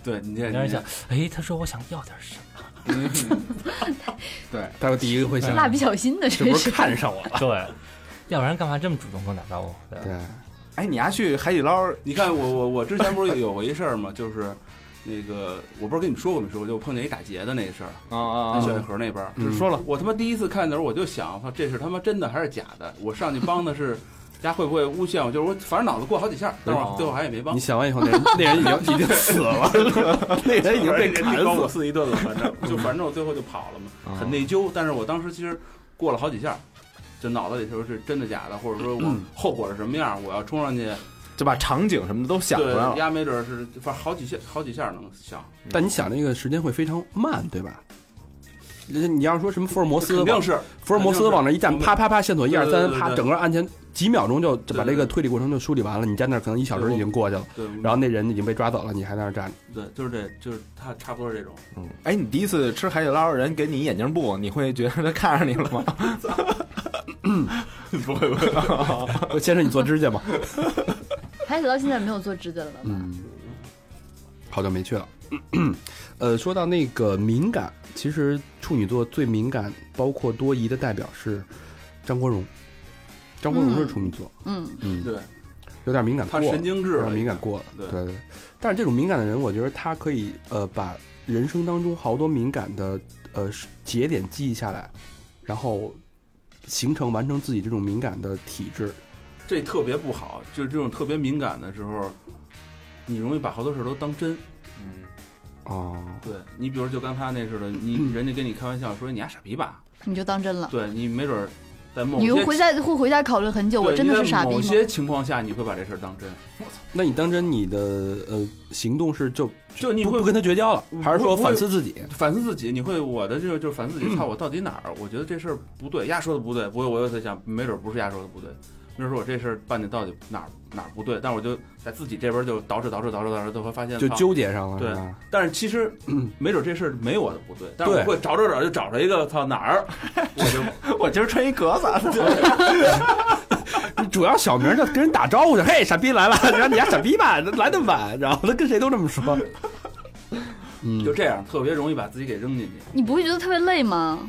S7: 对你这
S4: 你
S7: 你
S4: 想，哎，他说我想要点什么？
S3: 待会第一个会想，
S6: 蜡笔小新的
S3: 是
S6: 真
S3: 不
S6: 是
S3: 是看上我了？
S4: 对， 要不然干嘛这么主动跟我打招呼？对吧
S3: 对，
S5: 哎，你还去海底捞？
S7: 你看我我我之前不是有过一事儿吗？就是那个我不是跟你们说过没说过，就碰见一打劫的那事儿，
S5: 啊啊
S7: 在小运河那边儿。
S3: 嗯
S5: 说了，
S7: 我他妈第一次看的时候，我就想，操，这是他妈真的还是假的？我上去帮的是， 家会不会诬陷我？就是我，反正脑子过好几下，但是
S4: 哦
S7: 我最后还也没帮
S3: 你。想完以后， 那人 那人已经已经死了，那人已经被
S7: 人
S3: 砍
S7: 家
S3: 死
S7: 帮我
S3: 了。啊
S7: 四一顿了，反正就反正我最后就跑了嘛，很内疚。但是我当时其实过了好几下，就脑子里头是真的假的，或者说我
S3: 嗯
S7: 后果是什么样，我要冲上去，
S5: 就把场景什么的都想出
S7: 对
S5: 来，了。
S7: 压没准是反正好几下好几下能想，
S3: 但你想，那个时间会非常慢，对吧？你你要是说什么福尔摩斯
S7: 肯，定是
S3: 福尔摩斯往那一站，
S7: 肯定是
S3: 啪啪啪，线索一二三，
S7: 对对对
S3: 啪，
S7: 对
S3: 整个案件几秒钟就就把这
S7: 对对
S3: 个推理过程就梳理完了。你站那儿可能一小时已经过去了，
S7: 对，
S3: 然后那人已经被抓走了，你还在那儿 站着。
S7: 对就是这就是他差不多是这种，
S5: 嗯哎，你第一次吃海底捞，人给你眼镜布，你会觉得他看上你了吗？ 不会不会，
S3: 我先生，你做指甲吧。
S6: 海底捞现在没有做指甲了吧？
S3: 嗯，好久没去了。 呃，说到那个敏感，其实处女座最敏感，包括多疑的代表是张国荣。张国荣是处女座，
S6: 嗯，
S3: 嗯，
S7: 对
S3: 有点敏感过
S7: 他
S3: 了，
S7: 神经质
S3: 有
S7: 了，
S3: 点敏感过了，
S7: 对
S3: 对对。但是这种敏感的人，我觉得他可以呃把人生当中好多敏感的呃节点记忆下来，然后形成完成自己这种敏感的体质。
S7: 这特别不好，就是这种特别敏感的时候，你容易把好多事儿都当真。
S3: 哦，
S7: 对你，比如就刚他那似的，
S3: 嗯
S7: 你人家跟你开玩笑说你丫傻逼吧，
S6: 你就当真了。
S7: 对你没准儿在某
S6: 你
S7: 些
S6: 回家会回家考虑很久，我
S7: 对
S6: 真的
S7: 你在
S6: 是傻逼
S7: 某
S6: 吗？
S7: 些情况下你会把这事儿当真，
S3: 那你当真你的呃行动是就
S7: 就你
S3: 不
S7: 会
S3: 不跟他绝交了，还是说
S7: 嗯不会
S3: 反思自己？
S7: 反思自己，你会我的这个就是反思自己，操我到底哪儿？我觉得这事儿不对，丫说的不对，不会，我又在想，没准儿不是丫说的不对，没准儿是我这事儿办的到底哪儿哪儿不对，但我就在自己这边就捯饬捯饬捯饬捯饬，就会发现
S3: 就
S7: 操
S3: 纠结上了，
S7: 对
S3: 是吧
S7: 但是其 实没准这事儿没我的不对，但是
S3: 对
S7: 我会找找找就找着一个操哪儿，我就
S5: 我今儿穿一格子，
S3: 主要小明就跟人打招呼去，嘿，傻逼来了，然后你家傻逼吧，来的晚，然后他跟谁都这么 说。嗯
S7: 就，这样，特别容易把自己给扔进去。
S6: 你不会觉得特别累吗？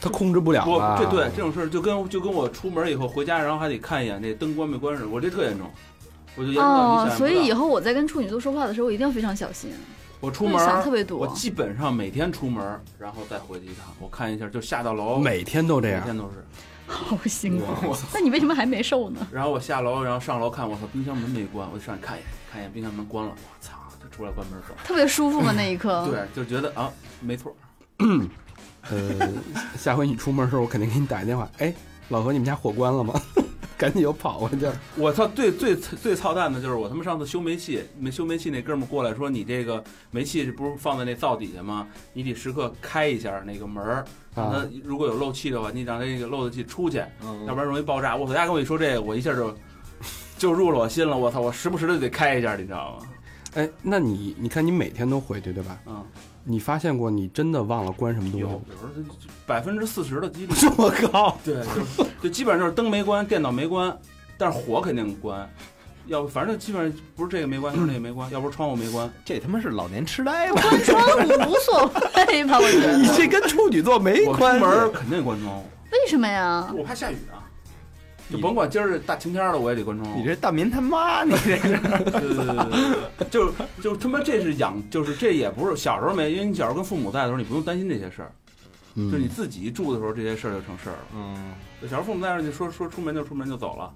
S3: 他控制不了啊
S7: 我
S3: 了。
S7: 这对这种事儿就跟就跟我出门以后回家，然后还得看一眼这灯关没关似的，我这特严重，我就严重到
S6: 哦
S7: 你，想
S6: 所以以
S7: 以
S6: 后我在跟处女座说话的时候，我一定要非常小心，
S7: 我出
S6: 我
S7: 门
S6: 想特别
S7: 我
S6: 多。
S7: 基本上每天出门，然后再回去一趟，我看一下就下到楼，
S3: 每天都这
S7: 每
S3: 样，
S7: 天都是。
S6: 好辛苦。那你为什么还没瘦呢？
S7: 然后我下楼，然后上楼看，我操，冰箱门没关，我就上去看一眼，看一眼冰箱门关了，我操，就出来关门走。
S6: 特别舒服吗？那一刻？
S7: 对，就觉得啊，没错儿，
S3: 呃，下回你出门的时候，我肯定给你打一电话。哎，老何，你们家火关了吗？ 赶紧又跑过去。
S7: 我操，最最最操蛋的就是我他妈上次修煤气，没修煤气那哥们儿过来说，你这个煤气不是放在那灶底下吗？你得时刻开一下那个门儿，让它
S3: 啊，
S7: 如果有漏气的话，你让它那个漏的气出去，要
S5: 嗯
S7: 不然容易爆炸。我操，丫跟我一说这个，我一下就 就入了我心了。我操，我时不时的就得开一下，你知道吗？
S3: 哎，那你你看你每天都回去对吧？
S7: 嗯，
S3: 你发现过你真的忘了关什么东西
S7: 有
S3: 吗？
S7: 有时候百分之四十的几率，
S3: 这么高？
S7: 对，就就基本上就是灯没关，电脑没关，但是火肯定关。要不反正基本上不是这个没关，就是那个没关，要不是窗户没关。
S5: 这他妈是老年痴呆吧？
S6: 关窗 户无所谓吧？我觉
S3: 你
S6: 得。
S3: 这跟处女座没
S7: 我出
S3: 关
S7: 门儿
S3: 系。
S7: 肯定关窗户，
S6: 为什么呀？
S7: 我怕下雨啊。就甭管今儿大晴天儿了，我也得关窗户。
S5: 你这大民他妈，你 这是
S7: 对对对对对， 就是就是他妈这是养，就是这也不是小时候没，因为你小时候跟父母在的时候，你不用担心这些事儿，
S3: 嗯
S7: 就你自己住的时候，这些事儿就成事儿了。
S5: 嗯，
S7: 小时候父母在的时候，你说说出门就出门就走了，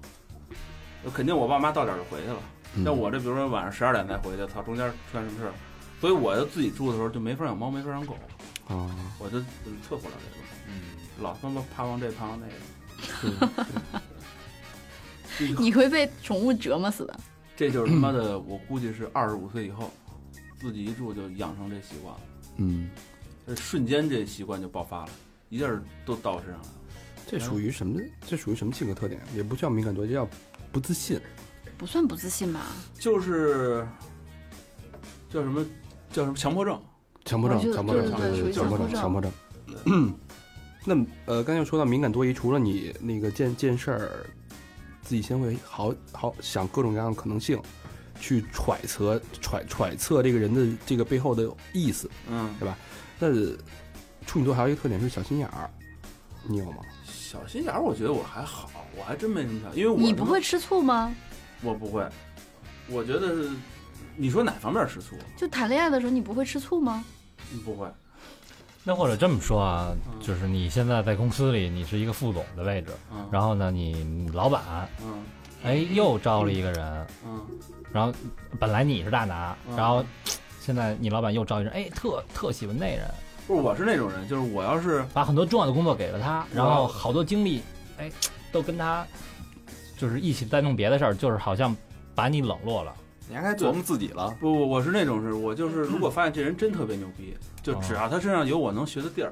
S7: 肯定我爸妈到点儿就回去了。
S3: 嗯
S5: 嗯
S7: 像我这，比如说晚上十二点才回去，操，中间出现什么事儿，所以我就自己住的时候就没法养猫，没法养狗，
S3: 啊，
S7: 我就就测不了这个。
S5: 嗯，
S7: 老他妈盼望这盼望那个，
S6: 你会被宠物折磨死的。
S7: 这就是他 妈的，我估计是二十五岁以后，自己一住就养成这习惯了，
S3: 嗯，
S7: 这瞬间这习惯就爆发了，一下儿都到我身上来了。
S3: 这属于什么？这属于什么性格特点？啊也不叫敏感多，就叫不自信。
S6: 不算不自信吧？
S7: 就是叫什么叫什么强迫症，
S3: 强迫症
S6: 我觉，得
S3: 强迫症，
S7: 对
S3: 对
S7: 对对属于
S3: 强迫症，强
S6: 强
S3: 迫
S6: 迫
S3: 症。那么呃，刚才又说到敏感多疑，除了你那个见见事儿，自己先会好好想各种各样的可能性，去揣测揣揣测这个人的这个背后的意思。
S7: 嗯，
S3: 那处女座还有一个特点是小心眼儿，你有吗？
S7: 小心眼儿，我觉得我还好，我还真没什么小，因为我
S6: 你不会吃醋吗？
S7: 我不会，我觉得你说哪方面吃醋？
S6: 就谈恋爱的时候，你不会吃醋吗？
S7: 不会，
S4: 那或者这么说啊，就是你现在在公司里，你是一个副总的位置，
S7: 嗯，
S4: 然后呢，你老板
S7: 嗯
S4: 哎又招了一个人，
S7: 嗯
S4: 然后本来你是大拿，
S7: 嗯
S4: 然后现在你老板又招一人，哎，特特喜欢那人，
S7: 不是，我是那种人，就是我要是
S4: 把很多重要的工作给了他，然
S7: 哦
S4: 后好多精力，哎，都跟他就是一起在弄别的事儿，就是好像把你冷落了。
S5: 你还该琢磨自己了。
S7: 不不，我是那种是，我就是如果发现这人真特别牛逼，就只
S4: 哦
S7: 要他身上有我能学的地儿，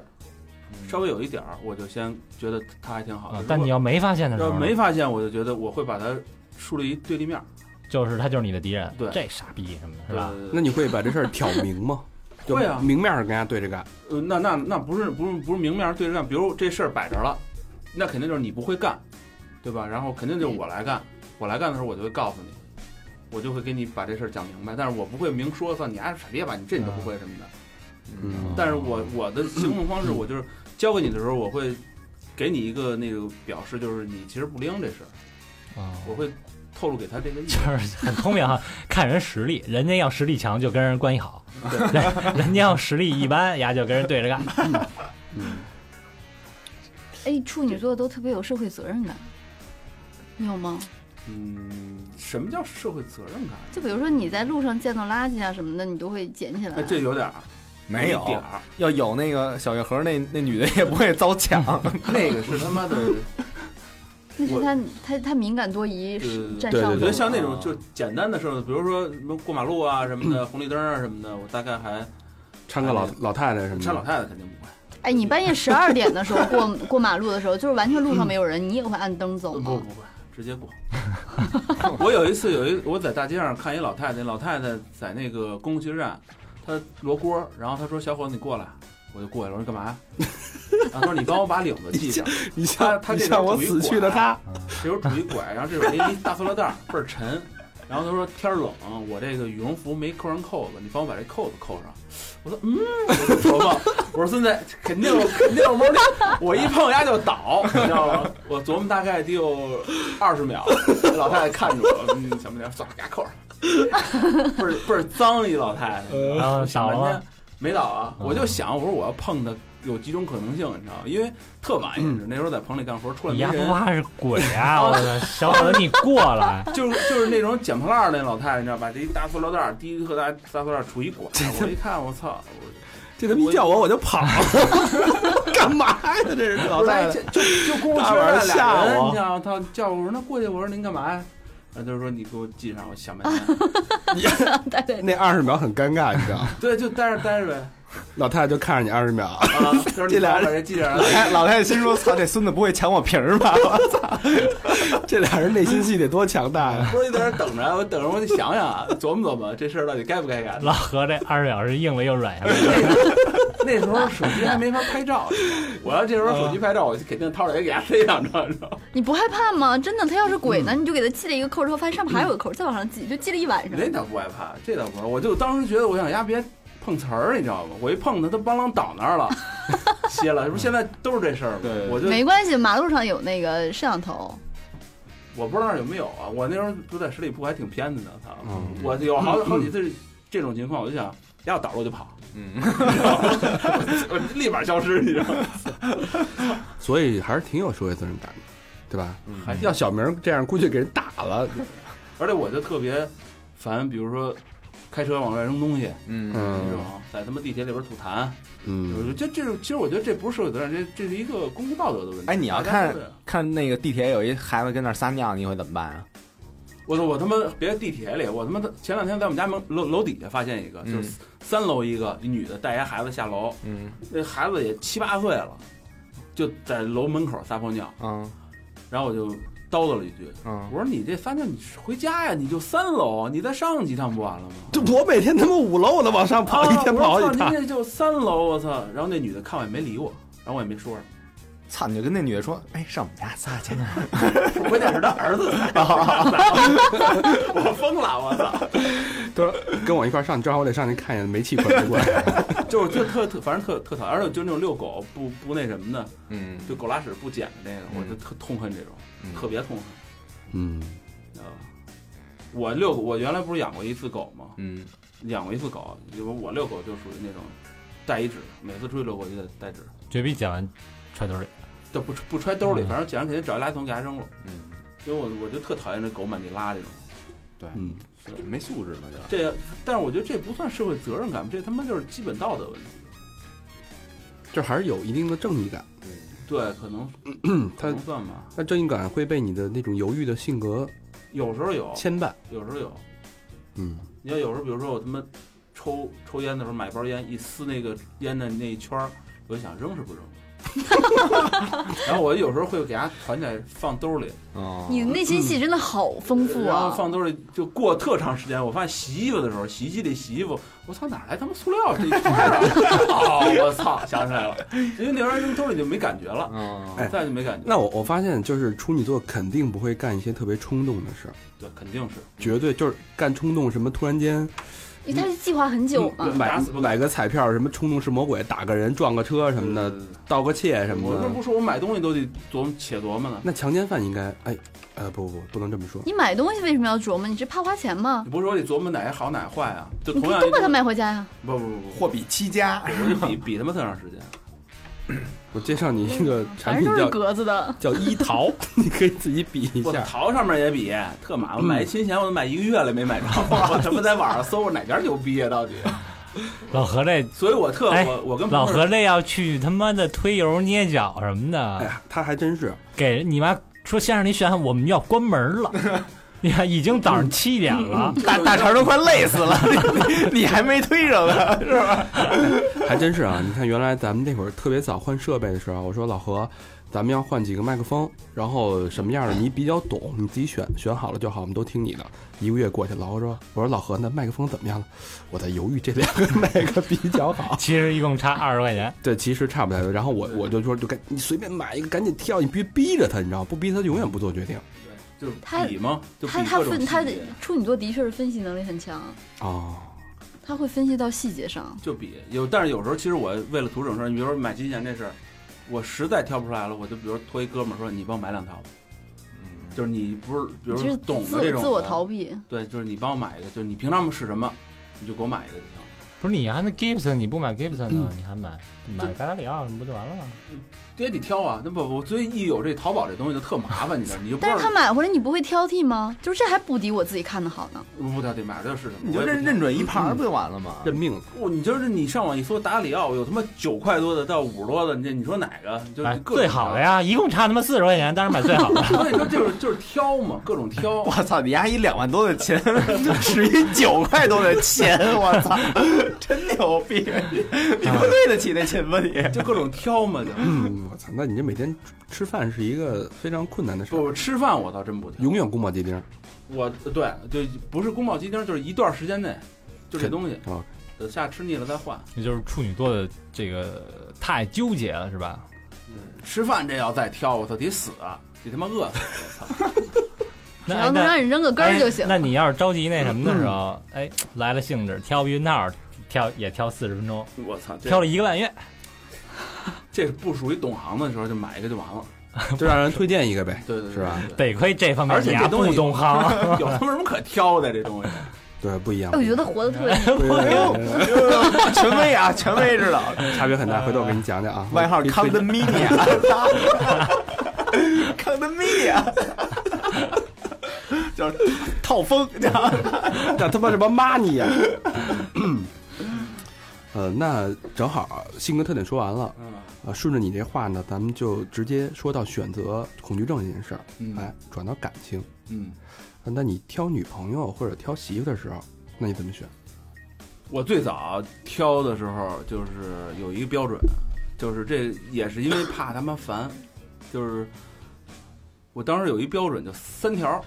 S7: 稍微有一点儿，我就先觉得他还挺好
S4: 啊
S7: 的。
S4: 嗯但你
S7: 要
S4: 要没发现的时
S7: 要
S4: 候
S7: 是
S4: 呢，
S7: 没发现，我就觉得我会把他树立一对立面儿，
S4: 就是他就是你的敌人，
S7: 对
S4: 这傻逼什么的，是吧？
S7: 对？对对
S3: 那你会把这事儿挑明 吗？就
S7: 会啊
S3: 明面上跟人家对着干。
S7: 呃，那那那不是不是不是明面儿对着干，比如这事儿摆着了，那肯定就是你不会干，对吧？然后肯定
S4: 嗯
S7: 就是我来干，我来干的时候我就会告诉你，我就会给你把这事儿讲明白，但是我不会明说，算你啊爱傻逼吧，你这你都不会什么的。
S3: 嗯
S7: 但是我我的行动方式，我就是交给你的时候，我会给你一个那个表示，就是你其实不灵这事儿，
S4: 啊，
S7: 我会透露给他这个意
S4: 就
S7: 见。
S4: 是很聪明哈， 看人实力，人家要实力强就跟人关系好，人 人家要实力一般，呀就跟人对着 干。
S6: 哎，处女座都特别有社会责任感，你有吗？
S7: 嗯，什么叫社会责任感？
S6: 就比如说你在路上见到垃圾啊什么的，你都会捡起来
S7: 哎，。这有点儿，
S5: 没
S7: 一点
S5: 有，
S7: 儿，
S5: 要有那个小月盒那那女的也不会遭 抢。
S7: 那个是他 妈的，
S6: 那是
S7: 我
S6: 他他他敏感多疑
S7: 对对
S6: 是
S7: 对
S6: 占
S3: 对对
S6: 上
S7: 我觉
S6: 风
S7: 得。像那种就简单的事儿，比如说什么过马路啊什么的，红绿灯啊什么的，我大概还
S3: 掺个老老太太什么的，
S7: 掺老太太肯定不会。
S6: 哎，你半夜十二点的时候过过马路的时候，就是完全路上没有人，你也会按灯走
S7: 呃不
S6: 吗？
S7: 不不，直接过。 我有一次有一我在大街上看一老太太，老太太在那个公共汽车站，她罗锅，然后她说：“小伙子，你过来。”我就过去了，我说干嘛呀？然后她说你帮我把领子系上。
S3: 你
S7: 她
S3: 像
S7: 她
S3: 你
S7: 这
S3: 像
S7: 边
S3: 我
S7: 拄一
S3: 死去的
S7: 拐
S3: 他，
S7: 这会儿拄一拐，然后这会儿拎一大塑料袋儿，倍儿沉。然后她说天儿冷，我这个羽绒服没扣上扣子，你帮我把这扣子扣上。我说嗯，我就琢磨，我说孙子肯定肯定有猫腻，我一碰丫就倒，你知道吗？我琢磨大概得有二十秒，老太太看着我，嗯，想不点，算了，给她扣上。倍儿倍儿脏一老太太，
S4: 然后
S7: 我想
S4: 倒
S7: 半
S4: 了
S7: 天
S4: 吗？嗯
S7: 没倒啊，我就想我说我要碰它有几种可能性，你知道吗？因为特晚也是那时候在棚里干活，出来
S4: 嗯你
S7: 没
S4: 丫
S7: 人
S4: 不。怕是鬼 啊！我的小伙子，你过来，
S7: 就是就是那种捡破烂儿那老太太，你知道吧？这一大塑料袋儿，第一个大大塑料袋儿杵一管，我一看，我操！
S3: 这他妈一叫我我就跑，干嘛呀？这是
S7: 我
S3: 老
S7: 后
S3: 太
S7: 来
S3: 太。
S7: 就就就公共
S3: 大
S7: 汽车
S3: 晚上
S7: 站俩
S3: 吓
S7: 人，
S3: 我
S7: 你知道吗？他叫我我说那过去，我说您干嘛呀？呃他就说你给我系上，我想半 天。
S6: 对对，
S3: 那二十秒很尴尬，你知道？吗？
S7: 对，就待着待着呗。
S3: 老太太就看着你二十秒，
S7: 啊，他说你
S3: 这俩
S7: 帮
S3: 人
S7: 我把这系上
S5: 老。太老太太心说：“操，这孙子不会抢我瓶儿 吧？”
S3: 这俩人内心戏得多强大呀！
S7: 不是你在那儿等着，我等着我得想想啊，琢磨琢磨这事儿到底该不该干。
S4: 老何这二十秒是硬了又软下来。
S7: 那时候手机还没法拍照，我要这时候手机
S3: 嗯
S7: 拍照，我就肯定掏出来给他塞两张，你知道吗？
S6: 你不害怕吗？真的，他要是鬼
S7: 嗯
S6: 呢，你就给他系了一个扣，然后发现上面还有个扣，再往上系，就系了一晚上。
S7: 那倒不害怕，这倒不害怕。我就当时觉得，我想呀，别碰瓷儿，你知道吗？我一碰他，他邦啷倒那儿了，歇了。这不是现在都是这事儿吗？
S5: 对
S7: 我就
S6: 没关系，马路上有那个摄像头。
S7: 我不知道有没有啊。我那时候不在十里铺还挺偏的呢，操！
S3: 嗯
S7: 我 有好好几次这种情况，我就想要倒了我就跑，
S5: 嗯，
S7: 我立马消失，你知道吗？
S3: 所以还是挺有社会责任感的，对吧？
S7: 还
S3: 要小明这样，估计给人打了。
S7: 而且我就特别烦，比如说开车往外扔东西，
S5: 嗯，
S7: 你知
S3: 嗯
S7: 道吗？在他妈地铁里边吐痰，我
S3: 嗯，
S7: 觉得这这种，其实我觉得这不是社会责任，这这是一个公共道德的问题。
S5: 哎你要
S7: 大家
S5: 看
S7: 都是
S5: 看那个地铁有一孩子跟那儿撒尿，你会怎么办啊？
S7: 我我他妈别地铁里，我他妈的前两天在我们家门楼楼底下发现一个，
S5: 嗯
S7: 就是三楼一个一女的带一孩子下楼，
S5: 嗯
S7: 那孩子也七八岁了，就在楼门口撒泡尿，
S5: 嗯
S7: 然后我就叨叨了一句，我
S5: 嗯，
S7: 说你这撒尿你回家呀，你就三楼，你再上几趟不完了 吗？
S3: 这我每天他妈五楼我都往上
S7: 啊
S3: 跑，一天跑
S7: 我
S3: 好
S7: 说
S3: 几
S7: 操，
S3: 趟
S7: 您。这就三楼，我操！然后那女的看我也没理我，然后我也没说什么，
S5: 操，你就跟那女的说：“哎，上我们家撒去。
S7: 关键是他儿子撒尿， 我疯了，我操！
S3: 他说跟我一块儿上，你正好我得上去看一眼煤气管没管。
S7: 就是特特特，反正特特讨厌，而且就那种遛狗不不那什么的，”
S5: 嗯，
S7: 就狗拉屎不捡的那个，
S5: 嗯
S7: 我就特痛恨这种，
S5: 嗯
S7: 特别痛恨，
S3: 嗯，
S7: 你知道吧？我遛狗，我原来不是养过一次狗吗？
S5: 嗯，
S7: 养过一次狗，因为我遛狗就属于那种带一指，每次出去遛狗就得带指，
S4: 绝逼讲完揣兜里。
S7: 就不不揣兜里，
S4: 嗯
S7: 反正捡上肯定找一垃圾桶给它扔了。
S5: 嗯，
S7: 所以我我就特讨厌这狗满地拉这种。
S3: 嗯，
S5: 没素质嘛，就
S7: 这，但是我觉得这不算社会责任感，这他妈就是基本道德问题。
S3: 这还是有一定的正义感，
S7: 对，可能可
S3: 它
S7: 能算吧，
S3: 它正义感会被你的那种犹豫的性格
S7: 有时候有，
S3: 牵绊。
S7: 有时候有。
S3: 嗯，
S7: 你要有时候，比如说我他妈抽抽烟的时候买包烟，一撕那个烟的那一圈儿，我就想扔是不扔。 然后我有时候会给它团起来放兜里，
S5: 哦
S6: 你内心戏真的好丰富
S7: 然后
S6: 啊！
S7: 放兜里就过特长时间。我发现洗衣服的时候，洗衣机里洗衣服，我操哪来他妈塑料这一圈儿啊！ 哦，我操，想起来了，因为那玩意儿扔兜里就没感觉了，
S5: 嗯，
S3: 哎
S7: 再就没感觉。
S3: 那我我发现就是处女座肯定不会干一些特别冲动的事儿，
S7: 对，肯定是
S3: 绝对就是干冲动什么突然间
S6: 因为他是计划很久嘛
S7: 嗯，
S3: 买
S7: 打死不干
S3: 买个彩票什么冲动是魔鬼，打个人撞个车什么的，
S7: 嗯
S3: 盗个窃什么
S7: 我这
S3: 的。
S7: 不说我买东西都得琢磨且琢磨呢。
S3: 那强奸犯应该哎呃不不不不能这么说，
S6: 你买东西为什么要琢磨？你是怕花钱吗
S7: 你？不是说得琢磨哪些好哪些坏啊？就
S6: 你
S7: 同
S6: 可以
S7: 样
S6: 都
S7: 一
S6: 把它
S7: 个，
S6: 买回家呀。
S7: 不不不不，
S5: 货比七家，
S7: 我就比比他妈特长时间。
S3: 我介绍你一个产
S6: 反
S3: 品
S6: 正都是
S3: 叫
S6: 格子的，
S3: 叫一淘，你可以自己比一
S7: 我
S3: 下。
S7: 淘上面也比特麻烦，买新鞋我都买一个月了没买着，我他妈在网上搜哪家牛逼啊到底？
S4: 老何这
S7: 所以我特
S4: 哎
S7: 我我跟
S4: 老
S7: 朋友
S4: 何这要去他妈的推油捏脚什么
S3: 哎
S4: 的，
S3: 呀，他还真是，
S4: 给人你妈说先生你选我们要关门了， 你看已经早上七点 了，。
S5: 大大肠都快累死 了，你你还没推上呢，
S3: 还真是啊！你看，原来咱们那会儿特别早换设备的时候，我说老何，咱们要换几个麦克风，然后什么样的你比较懂，你自己选选好了就好，我们都听你的。一个月过去，老何说，我说老何，那麦克风怎么样了？我在犹豫这两个麦克比较好
S4: 其实一共差二十块钱。
S3: 对，其实差不太多。然后我我就说，就赶你随便买一个，赶紧挑，你必须逼着他，你知道，不逼他就永远不做决定
S7: 就是
S6: 他
S7: 比嘛，就比
S6: 他他
S7: 各种
S6: 分他
S7: 细
S6: 的
S7: 节，
S6: 处女座的确是分析能力很强，
S3: 哦。
S6: 他会分析到细节上。
S7: 就比有，但是有时候其实我为了图省事儿，你比如说买新鞋这事儿，我实在挑不出来了，我就比如托一哥们儿说你帮我买两套吧。就是你不是，
S6: 你
S7: 比如
S6: 这是
S7: 懂
S6: 自
S7: 的这种
S6: 自我
S7: 的
S6: 逃避，
S7: 对，就是你帮我买一个，就是你平常是什么，你就给我买一个就行。
S4: 不是你还那 Gibson 你不买 Gibson 呢，你还买买加达里奥什么不就完了吗？
S7: 爹得挑啊，那不我所以一有这淘宝这东西就特麻烦，你知道，你就不知
S6: 但
S7: 道
S6: 是他买回来你不会挑剔吗？就是这还不敌我自己看的好呢。
S7: 不挑得买这是什么？
S5: 你就
S7: 我也不
S5: 认
S7: 知
S5: 认准一盘不就完了吗？
S3: 认命了，
S7: 道，我你就是你上网一搜达里奥，有他妈九块多的到五十多的，你这你说哪个？就
S4: 买
S7: 是各种
S4: 哎最好呃的呀，一共差他妈四十块钱，当然买最好 的。
S7: 挑。所以说就是就是挑嘛，各种 挑。
S5: 我操，你丫一两万多的钱， 使一九块多的 钱，我操，真牛逼！你不对啊得起那钱吗你？
S7: 就各种挑嘛，就
S3: 嗯，我操，那你这每天吃饭是一个非常困难的事
S7: 不
S3: 儿，
S7: 不吃饭我倒真不挑，
S3: 永远宫保鸡丁啊、
S7: 我对就不是宫保鸡丁，就是一段时间内就这东西，
S3: 哦
S7: 等下吃腻了再换。
S4: 那就是处女座的这个太纠结了，是吧？
S7: 吃饭这要再挑，我操得死啊，得他妈饿死！我操，
S6: 只
S4: 那
S6: 要能
S4: 那
S6: 让你扔个根儿就行
S4: 哎。那你要是着急那什么的时 候，哎，来了兴致，挑避孕套，挑也挑四十分钟，
S7: 我操，这
S4: 挑了一个半月。
S7: 这是不属于懂行的时候就买一个就完了，
S3: 就让人推荐一个呗。
S7: 对对对
S3: 是吧？
S7: 对对
S4: 得亏这方面
S7: 而且
S4: 你
S7: 这
S4: 还
S7: 东
S4: 不
S7: 西
S4: 懂行，啊
S7: 有他妈什么可挑的这东西？
S3: 对，不一样。
S6: 哎，我觉得活得特别
S3: 不一
S5: 哎
S3: 样
S5: 权威 啊，权威知道，
S3: 差别很大，回头我给你讲 讲啊。
S5: 外 号
S3: 康
S5: 啊 condominia，condominia，叫啊套风，叫
S3: 那他妈什么 money 呀？呃，那正好性格特点说完了，
S7: 嗯
S3: 呃，顺着你这话呢，咱们就直接说到选择恐惧症这件事儿，
S7: 嗯
S3: 哎，转到感情。
S7: 嗯，
S3: 呃那你挑女朋友或者挑媳妇的时候，那你怎么选？
S7: 我最早挑的时候就是有一个标准，就是这也是因为怕他妈烦，就是我当时有一标准，就三条，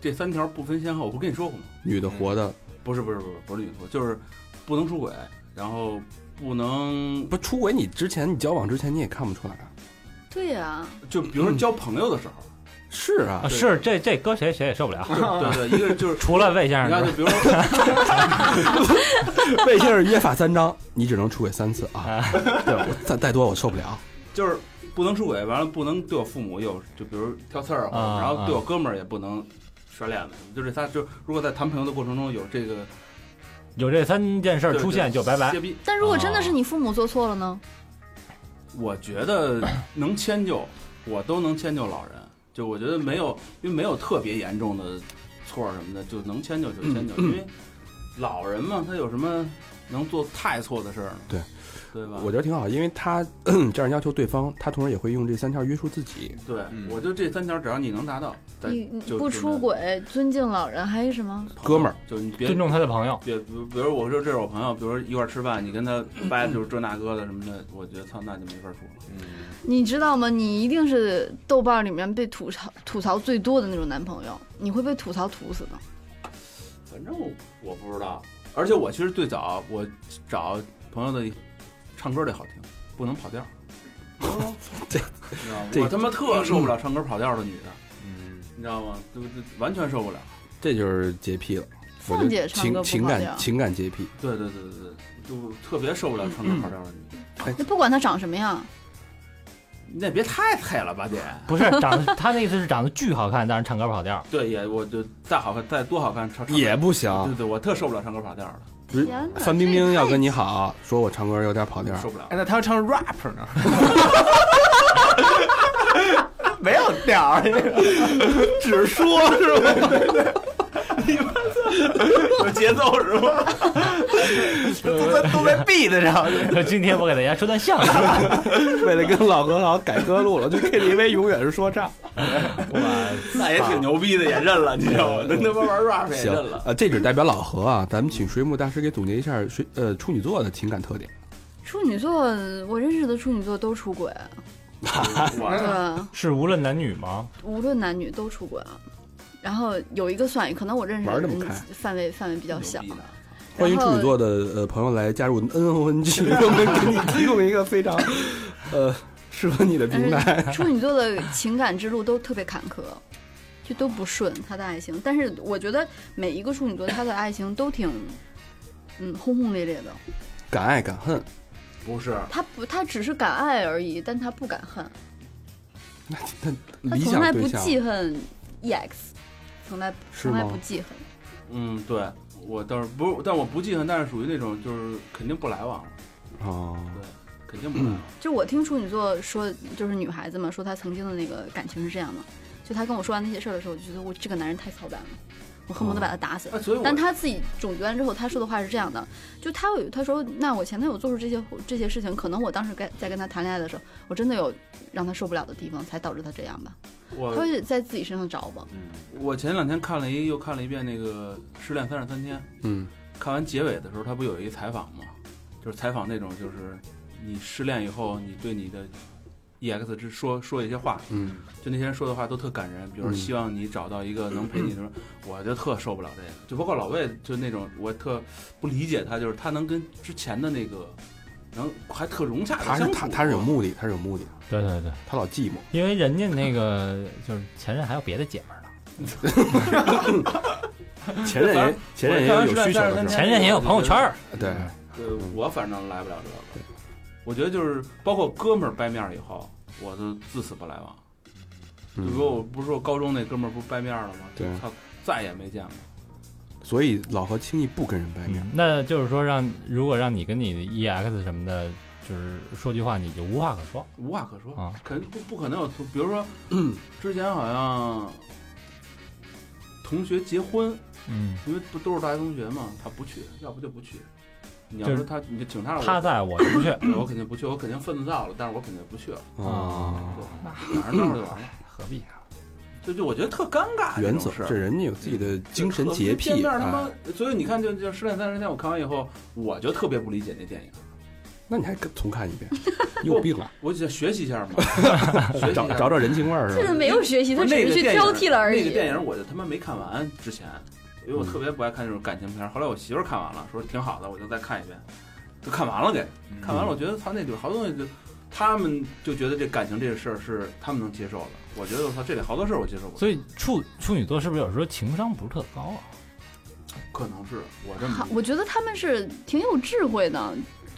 S7: 这三条不分先后。我不跟你说过吗？
S3: 女的活的
S7: 不是不是不是不是女的，就是不能出轨，然后不能
S3: 不出轨，你之前你交往之前你也看不出来啊。
S6: 对呀，
S7: 就比如说交朋友的时候，
S3: 是
S4: 啊
S3: 啊，
S4: 是这这搁谁谁也受不了，
S7: 对对，一个就是
S4: 除了魏先
S7: 你
S4: 生
S7: 看，
S4: 之
S7: 就
S4: 外。
S7: 比如说
S3: 魏先生约法三章，你只能出轨三次 啊。对，我再再多我受不了。
S7: 就是不能出轨，完了不能对我父母有，就比如挑刺儿啊，
S4: 啊
S7: 然后对我哥们儿也不能。刷脸的，就这仨，就如果在谈朋友的过程中有这个
S4: 有这三件事儿出现就拜拜
S7: 歇。逼，
S6: 但如果真的是你父母做错了呢？
S7: 我觉得能迁就，我都能迁就老人。就我觉得没有，因为没有特别严重的错儿什么的，就能迁就就迁就，因为老人嘛，他有什么能做太错的事儿呢？
S3: 对，
S7: 对吧？
S3: 我觉得挺好，因为他 这样要求对方，他同时也会用这三条约束自己。
S7: 对
S5: 嗯，
S7: 我就这三条，只要你能达到，咱
S6: 你你
S7: 就
S6: 不出，轨，尊敬老人，还有什么？
S3: 哥们儿，
S7: 就你别
S4: 尊重他的朋友，
S7: 对，比如比如我说这是我朋友，比如说一块儿吃饭，你跟他掰就是这那哥的什么的，我觉得操，那就没法处了。
S6: 你知道吗？你一定是豆瓣里面被吐槽吐槽最多的那种男朋友，你会被吐槽吐死的。
S7: 反正我我不知道，而且我其实最早我找朋友的唱歌得好听，不能跑调。 这哦知道吗？
S3: 这
S7: 我他妈特受不了唱歌跑调的女的，
S5: 嗯，
S7: 你知道吗？就就完全受不了。
S3: 这就是洁癖了。我
S6: 凤
S3: 觉
S6: 姐
S3: 得
S6: 唱
S3: 情
S6: 歌不
S3: 情
S6: 好
S3: 感
S6: 调，
S3: 情感洁癖，
S7: 对对对对对，就特别受不了唱歌跑调的女的。
S6: 就不管他长什么样，
S7: 你嗯也别太配了吧，姐。
S4: 不是长得他那意思是长得巨好看，但是唱歌跑调。
S7: 对，也我就再好看，再多好看，唱唱
S3: 也啊不
S7: 对
S3: 行。
S7: 对，我特受不了唱歌跑调的，
S3: 不是
S6: 天哪
S3: 范冰冰要
S6: 这也太
S3: 跟你好，说我唱歌有点跑调，
S7: 受不了
S5: 哎，。那他要唱 rap 呢？没有调儿，只说是吧？
S7: 有节奏是吧？
S5: 都在都在 B 的上，
S4: 今天我给大家说段相 声，
S5: 为了跟老何好改歌路了，就 KTV 永远是说唱。
S7: 那也挺牛逼的，也认了，你知 道吗？那他妈玩 rap 也
S3: 行
S7: 认，了。
S3: 呃，这只代表老何啊。咱们请水母大师给总结一下水呃处女座的情感特点。
S6: 处女座，我认识的处女座都出 轨，对，
S4: 是无论男女吗？
S6: 无论男女都出轨啊。然后有一个算一个，可能我认识的
S3: 玩儿这么
S6: 人
S3: 开
S6: 范围范围比较小
S7: 牛。逼呢
S3: 欢迎处女座的呃朋友来加入 N O N G，我们给你提供一个非常呃适合你的
S6: 但
S3: 平台。
S6: 是处女座的情感之路都特别坎坷，就都不顺他的爱情。但是我觉得每一个处女座他的爱情都挺，嗯，轰轰烈烈的。
S3: 敢爱敢恨，
S7: 不是，
S6: 他不，他只是敢爱而已，但他不敢恨，
S3: 那那
S6: 他
S3: 理
S6: 呃从
S3: 想
S6: 来
S3: 对
S6: 不
S3: 象
S6: 记恨 EX，从来
S3: 是
S6: 从来
S3: 吗
S6: 不记恨。
S7: 嗯，对我倒是不是，但我不记恨，但是属于那种就是肯定不来往了，
S3: 哦，
S7: 肯定不来往了。
S6: 就我听处女座说，就是女孩子嘛，说她曾经的那个感情是这样的。就她跟我说完那些事儿的时候，我就觉得我这个男人太操蛋了，我恨不得把他打死。
S7: 哎，所以我
S6: 但她自己总结完之后，她说的话是这样的：就她有，她说，那我前男友做出这些这些事情，可能我当时该在跟他谈恋爱的时候，我真的有让他受不了的地方，才导致他这样吧。她
S7: 我
S6: 会在自己身上找吧。
S7: 我前两天看了一又看了一遍那个《失恋三十三天》，
S3: 嗯，
S7: 看完结尾的时候，他不有一采访吗？就是采访那种就是你失恋以后，你对你的 EX 之说说一些话，
S3: 嗯，
S7: 就那些人说的话都特感人，比如说
S3: 嗯
S7: 希望你找到一个能陪 你什么，我就特受不了这个，就包括老魏，就那种我特不理解他，就是他能跟之前的那个能还特融洽的
S3: 他
S7: 相
S3: 是
S7: 处，
S3: 他他是有目的，他是有目的，
S4: 对对对，
S3: 他老寂寞。
S4: 因为人家那个就是前任还有别的姐们儿呢，
S6: 嗯
S3: 前任也前任也有有需求的时
S4: 前任也有朋友圈儿。
S3: 候，对，
S7: 对，我反正来不了这个，我觉得就是包括哥们儿掰面儿以后，我都自死不来往。就
S3: 嗯
S7: 如果我不是说高中那哥们儿不是掰面儿了吗？
S3: 对
S7: 他再也没见过。
S3: 所以老何轻易不跟人掰面。
S4: 嗯，那就是说让如果让你跟你的 EX 什么的，就是说句话你就无话可说
S7: 无话可说，
S4: 啊。
S7: 肯不不可能有同，比如 说，之前好像同学结婚，
S4: 嗯，
S7: 因为不都是大学同学嘛，他不去，要不就不去。你要
S4: 就是
S7: 说他，你就请他了，
S4: 他在我出去，
S7: 我我肯定不去，我肯定愤怒到了，但是我肯定不去了。
S3: 啊，
S7: 对，反正到时候就完了，
S4: 何必啊？
S7: 就就我觉得特尴尬。
S3: 原
S7: 这
S3: 则
S7: 种事儿
S3: 这人家有自己的精神洁
S7: 见
S3: 癖。
S7: 面他
S3: 哎
S7: 妈，所以你看，就就《失恋三十天》，我看完以后，我就特别不理解那电影，
S3: 那你还跟重看一 遍？你有病啊！
S7: 我就想学习一下嘛，学习一
S3: 找
S7: 下
S3: 找找人情味儿是
S6: 这
S3: 吧
S6: 个？没有学习，
S7: 不
S6: 他只
S7: 是那
S6: 是
S7: 个
S6: 去
S7: 电影
S6: 挑剔了而已。
S7: 那个电影我就他妈没看完之前，因为我特别不爱看那种感情片儿。后来我媳妇儿看完了，说挺好的，我就再看一遍，就看完了给。看完了，我觉得他那里边好多东西就，他们就觉得这感情这个事儿是他们能接受的。我觉得我操，这里好多事儿我接受不了，
S4: 所以处处女座是不是有时候情商不是特高啊？
S7: 可能是我这么
S6: 嗯好，我觉得他们是挺有智慧的。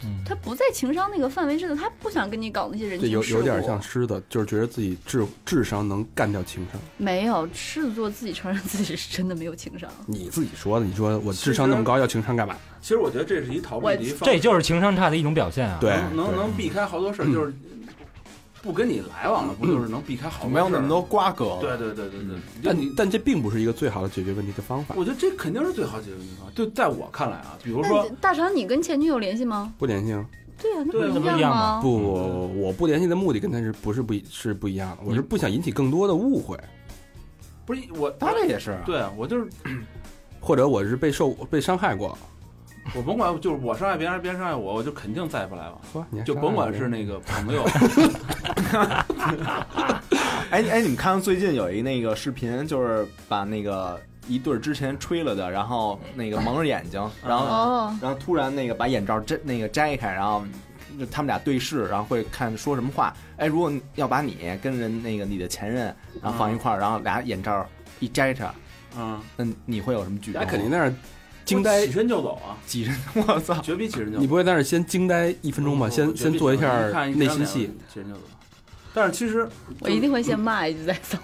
S4: 嗯
S6: 他不在情商那个范围之内，他不想跟你搞那些人
S3: 这
S6: 情
S3: 有
S6: 世故。
S3: 有点像狮子，就是觉得自己智智商能干掉情商。
S6: 没有狮子座自己承认自己是真的没有情商。
S3: 你自己说的，你说我智商那么高，要情商干嘛？
S7: 其实我觉得这是一逃避的一方式，
S4: 这就是情商差的一种表现啊。
S3: 对
S7: 能能能避开好多事儿，就是不跟你来往了，不就是能避开好多事
S5: 哦没
S7: 儿
S5: 有那么多瓜葛。
S7: 对对对对对，就
S3: 但
S7: 你
S3: 但这并不是一个最好的解决问题的方法。
S7: 我觉得这肯定是最好解决的方法。就在我看来啊，比如
S6: 那
S7: 说
S6: 你大肠，你跟前女友联系吗？
S3: 不联系啊！
S6: 对呀、那
S7: 对
S6: 不
S4: 不
S7: 那
S6: 一
S4: 一
S6: 样
S4: 样
S7: 嗯
S6: 吗？
S3: 不，我我不联系的目的跟他是不是不一是不一样的？我是不想引起更多的误会，
S7: 不是我，
S5: 他这也是啊，
S7: 对我就是
S3: 或者我是被受被伤害过，
S7: 我甭管，就是我伤害别人，别人伤害我，我就肯定再也不来往，
S3: 呵，你还
S7: 就
S3: 伤
S7: 甭
S3: 害
S7: 管
S3: 我
S7: 是 那个朋友，
S5: 哎你哎，你们看最近有一那个视频，就是把那个一对儿之前吹了的，然后那个蒙着眼睛，
S3: 嗯
S5: 然后
S6: 哦，
S5: 然后突然那个把眼罩摘那个摘开，然后就他们俩对视，然后会看说什么话。哎，如果你要把你跟人那个你的前任，然后放一块儿，然后俩眼罩一摘上，
S7: 嗯，
S5: 那你会有什么举动
S3: 那
S5: 吗？
S3: 肯定在那儿惊呆
S7: 起，身就走啊，
S5: 挤着， 我操！
S7: 绝逼起身就走。
S3: 你不会在那儿先惊呆一分钟吧？先先做一下内心戏，，
S7: 其实就走。但是其实
S6: 我一定会先骂一句再走。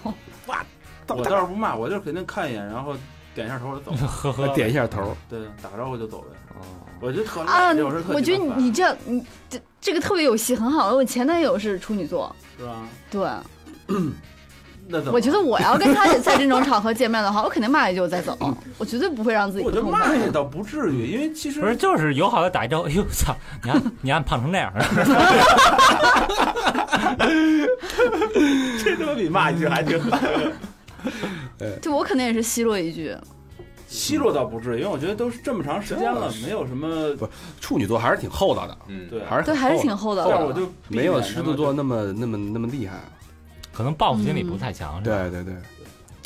S7: 我倒是不骂，我就是肯定看一眼，然后点一下头我就走，
S4: 呵呵，
S3: 呃点一下头，
S7: 对，打招呼就走呗。
S5: 哦
S7: 我觉得特
S6: 啊
S7: 有时候，特
S6: 我觉得
S7: 鸡巴烦
S6: 你这样，你这这个特别有戏，很好。我前男友是处女座，
S7: 是吧？
S6: 对，
S7: 那怎么？
S6: 我觉得我要跟他在这种场合见面的话，我肯定骂一句我 再走，我绝对不会让自己
S7: 我
S6: 不
S7: 觉得
S6: 痛
S7: 骂
S6: 快。
S7: 也倒不至于，因为其实
S4: 不是就是友好的打一招呼，哎呦操，你看你看胖成那样，
S5: 这他妈比骂一句还挺
S6: 就我肯定也是奚落一句，
S7: 哎奚落倒不至于，因为我觉得都是这么长时间了，没有什么
S3: 处女座还是挺厚道的，
S5: 嗯
S7: 对。
S3: 还是
S6: 对，
S3: 很
S6: 还是
S3: 厚
S6: 挺
S3: 道
S6: 厚道
S7: 但是我
S6: 的。
S7: 就避免
S3: 没有
S7: 他
S3: 狮
S7: 们
S3: 子座，那么那么那么厉害。
S4: 可能报复心理不太强，是吧？
S3: 对对对，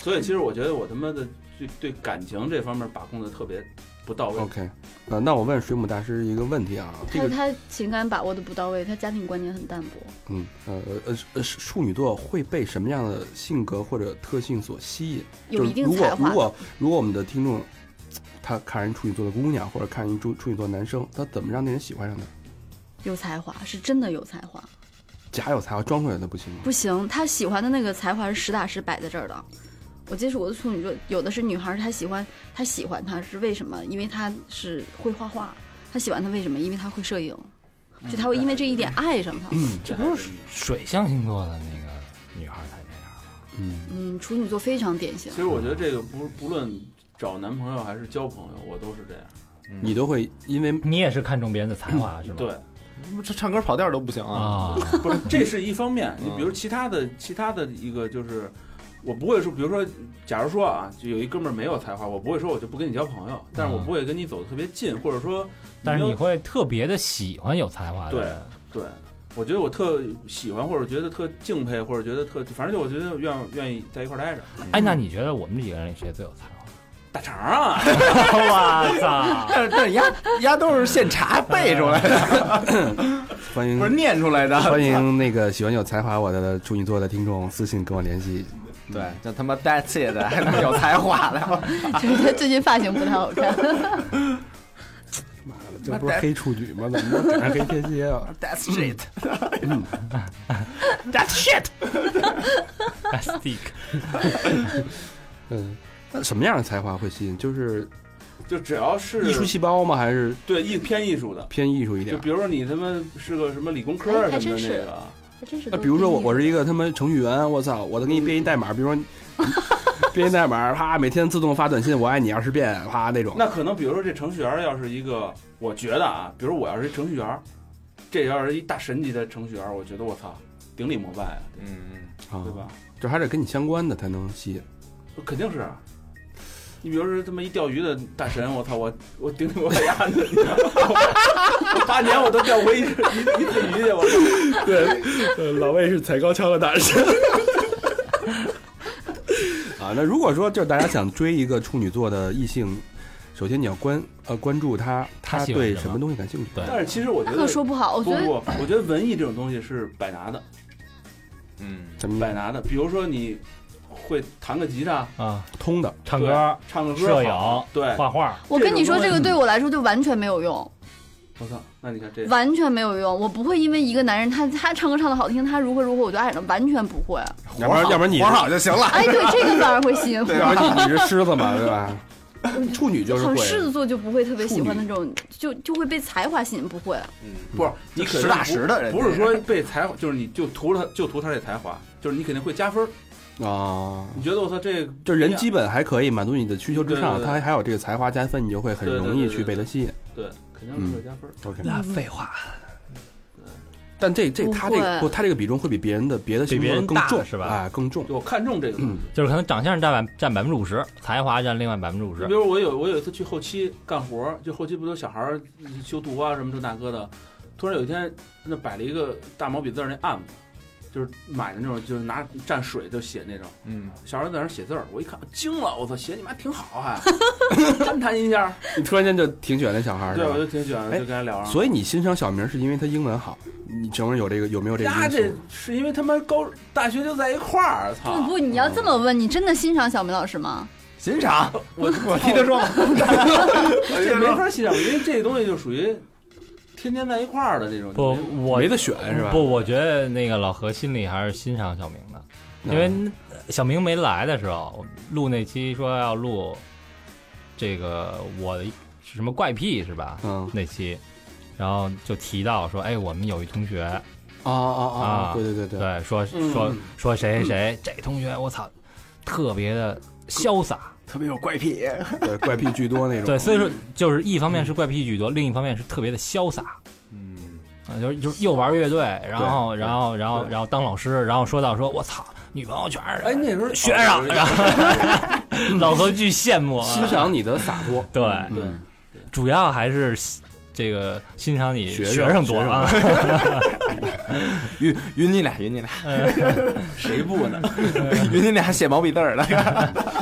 S7: 所以其实我觉得我他妈的对对感情这方面把控的特别不到
S4: 哦
S7: 位。
S3: OK，呃，那我问水母大师一个问题啊，这
S6: 他
S3: 个
S6: 他情感把握的不到位，他家庭观念很淡薄。
S3: 嗯呃呃呃，是处女座会被什么样的性格或者特性所吸引？
S6: 有
S3: 就是
S6: 一定
S3: 如
S6: 才
S3: 果
S6: 华
S3: 如果如果我们的听众他看人处女座的姑娘，或者看人处处女座男生，他怎么让那人喜欢上他？
S6: 有才华是真的有才华，
S3: 假有才华装出来的不行吗？
S6: 不行，他喜欢的那个才华是实打实摆在这儿的。我接触过的处女座，有的是女孩儿，她喜欢她喜欢他是为什么？因为她是会画画，她喜欢他为什么？因为她会摄影，就她会因为这一点爱上他。
S3: 嗯
S4: 这不是水象星座的那个女孩才那样啊吗，
S3: 嗯，
S6: 嗯，处女座非常典 型
S7: 其。实我觉得这个不不论找男朋友还是交朋友，我都是这样。
S3: 你都会因为
S4: 你也是看重别人的才华是吗？
S7: 对，
S5: 这唱歌跑调都不行啊！
S3: 哦
S4: 啊，
S7: 不是，这是一方面。你
S5: 嗯
S7: 比如其他的，其他的一个就是，我不会说，比如说，假如说啊，就有一哥们儿没有才华，我不会说我就不跟你交朋友，但是我
S4: 嗯
S7: 不会跟你走的特别近，或者说，
S4: 但是
S7: 没
S4: 你
S7: 有
S4: 会特别的喜欢有才华的人，
S7: 对，我觉得我特喜欢，或者觉得特敬佩，或者觉得特，反正就我觉得愿愿意在一块儿待着。
S4: 哎，那你觉得我们几个人里谁最有 才华？
S7: 大肠啊，
S4: 我操！
S5: 但是但是丫丫都是现查背出来的，
S3: 欢迎
S5: 不是念出来的。
S3: 欢迎那个喜欢有才华我的处女座的听众私信跟我联系。
S5: 对，就他妈 that's it，还他妈有才华的。
S6: 就是他最近发型不太好看，
S3: 这不是黑处女吗？怎么能赶上黑天蝎啊？
S5: that's it，
S3: 嗯，那什么样的才华会吸引？就是
S7: 就只要是
S3: 艺术细胞吗？还是
S7: 对艺偏艺术的，
S3: 偏艺术一点
S7: 就？比如说你他妈是个什么理工科
S6: 哎
S7: 儿
S6: 还
S7: 什
S6: 真
S7: 么的
S6: 是
S7: 那个啊，
S6: 还真是
S3: 那
S6: 都
S3: 比如说我
S6: 挺
S3: 我是一个他妈程序员，我操，我再给你编一代码，比如 说编一代码，啪，每天自动发短信“我爱你”二十遍，啪那 种。
S7: 那可能比如说这程序员儿要是一个，我觉得啊，比如我要是一程序员儿，这要是一大神级的程序员儿，我觉得我操，顶礼膜拜啊，
S5: 嗯，
S3: 啊
S7: 对吧？
S3: 这还得跟你相关的才能吸引。
S7: 肯定是啊。你比如说他妈一钓鱼的大神，我操，我我顶礼膜拜呀！你知道吗我八年我都钓过一一一次鱼去，我操
S3: 对，老魏是踩高跷的大神。啊，那如果说就是大家想追一个处女座的异性，首先你要关呃关注他，
S4: 他
S3: 他
S4: 喜欢
S3: 对
S4: 什么
S3: 什么东西感兴趣？
S4: 对
S7: 但是其实我觉
S6: 那
S7: 得
S6: 可说不好，我
S7: 不
S6: 觉得
S7: 不，我觉得文艺这种东西是百拿的，
S5: 嗯，
S3: 什么
S7: 百拿的。比如说你会弹个吉他，
S4: 啊，
S3: 通的？
S4: 唱歌、
S7: 唱个歌
S4: 摄
S7: 好，
S4: 影、
S7: 对，
S4: 画画，
S6: 我跟你说，
S7: 这种东西
S6: 这个对我来说就完全没有用。
S7: 我操，那你看这
S6: 完全没有用。我不会因为一个男人他他唱歌唱的好听，他如何如何，我就爱上，完全不会。
S3: 要不然要不然你
S5: 嗯活好就行 了。
S6: 哎，对，这个反而会吸引
S3: 要不
S6: 我。
S3: 然你你是狮子嘛，对吧？ 处女就是
S6: 好
S3: 会
S6: 像狮子座就不会特别喜欢
S3: 处
S6: 那种，就就会被才华吸引，不会。
S5: 嗯，
S7: 不是 你肯定
S5: 实打实的人家
S7: 不是说被才华，就是你就图了他，就图他这才华，就是你肯定会加分儿。
S3: 啊，
S7: 你觉得我操这个
S3: 就人基本还可以满足你的需求之上，
S7: 啊对对对
S3: 他还还有这个才华加分，你就会很
S7: 对对
S3: 容易
S7: 对对
S3: 去被他吸引。
S7: 对，肯
S5: 嗯
S7: 定是会加分儿。
S3: OK，
S4: 那废话，
S3: 但这这他这个
S6: 不
S3: 不，他这个比重会比别人的别的星
S4: 比别
S3: 座
S4: 人
S3: 的更
S4: 大
S3: 重
S4: 是吧
S3: 哎，更重。
S7: 就我看中这个东
S5: 嗯
S7: 西。
S4: 就是可能长相占百占百分之五十，才华占另外百分之五
S7: 就
S4: 十
S7: 比。如我有我有一次去后期干活儿，就后期不都小孩儿修图啊什么这那个的，突然有一天那摆了一个大毛笔字儿那案子，就是买的那种，就是拿蘸水就写那种。
S5: 嗯，
S7: 小孩儿在那儿写字儿，我一看惊了，我操，写你妈挺 好还，攀谈一下，
S3: 你突然间就挺喜欢那小孩儿，
S7: 对，我
S3: 是
S7: 就
S3: 吧
S7: 挺喜欢，
S3: 哎
S7: 就跟他聊上了。
S3: 所以你欣赏小明是因为他英文好，你前面有这个有没有这个
S7: 呀，
S3: 因
S7: 这
S3: 素？
S7: 是因为他妈高大学就在一块儿，操！
S3: 啊
S6: 不不，你要这
S3: 嗯
S6: 么问，你真的欣赏小明老师吗？
S5: 欣赏，
S7: 我
S5: 我替他说吧，
S7: 这没法欣赏，因为这东西就属于天天在一块儿的这种。
S4: 不，我
S3: 没得选是吧？
S4: 不，我觉得那个老何心里还是欣赏小明的，
S3: 嗯
S4: 因为小明没来的时候，录那期说要录这个我的是什么怪癖是吧？
S3: 嗯
S4: 那期，然后就提到说，哎，我们有一同学，
S3: 啊啊啊啊！
S4: 啊
S3: 对对对对，
S4: 对，说
S7: 嗯
S4: 说说谁谁谁，这同学我操，特别的潇洒。
S5: 特别有怪癖，
S3: 对怪癖居多那种。
S4: 对，所以说就是一方面是怪癖居多，另一方面是特别的潇洒。
S5: 嗯，
S4: 啊，就是就是又玩乐队，然后然后然后然后当老师，然后说到说，我操，女朋友全是
S7: 哎，那时候
S4: 学生，然后老何巨羡慕啊，
S3: 欣赏你的洒脱，
S4: 对，
S7: 对
S3: 嗯，
S4: 主要还是这个欣赏你
S3: 学生
S4: 学生多啊，
S5: 晕晕你俩，晕你俩，
S7: 谁不 呢？
S5: 晕你俩写毛笔字儿了，